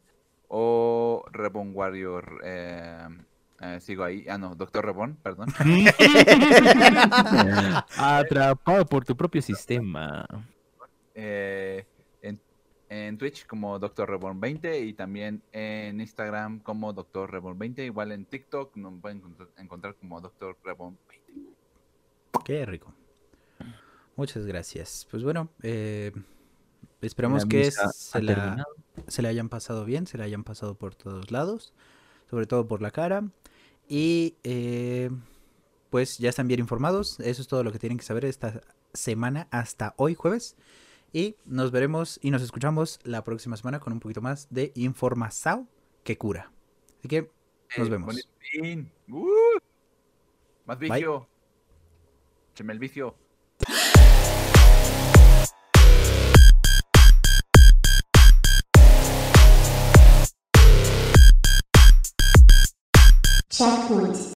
S4: o Rebon Warrior. eh, eh, sigo ahí. Ah, no, Doctor Rebon, perdón.
S3: Atrapado por tu propio sistema.
S4: Eh, en, en Twitch como Doctor Reborn 20 y también en Instagram como Doctor Reborn 20. Igual en TikTok nos pueden encont- encontrar como Doctor Reborn 20.
S2: Qué rico. Muchas gracias. Pues bueno, eh, esperamos
S3: La
S2: que
S3: misa
S2: se
S3: ha
S2: la,
S3: terminado.
S2: se la hayan pasado bien, se la hayan pasado por todos lados, sobre todo por la cara. Y eh, pues ya están bien informados. Eso es todo lo que tienen que saber esta semana hasta hoy jueves. Y nos veremos y nos escuchamos la próxima semana con un poquito más de Informazao que cura. Así que nos
S4: Eh,
S2: vemos.
S4: bonito fin. ¡Uh! Más
S2: Bye.
S4: vicio. Écheme el vicio.
S6: Checkpoint.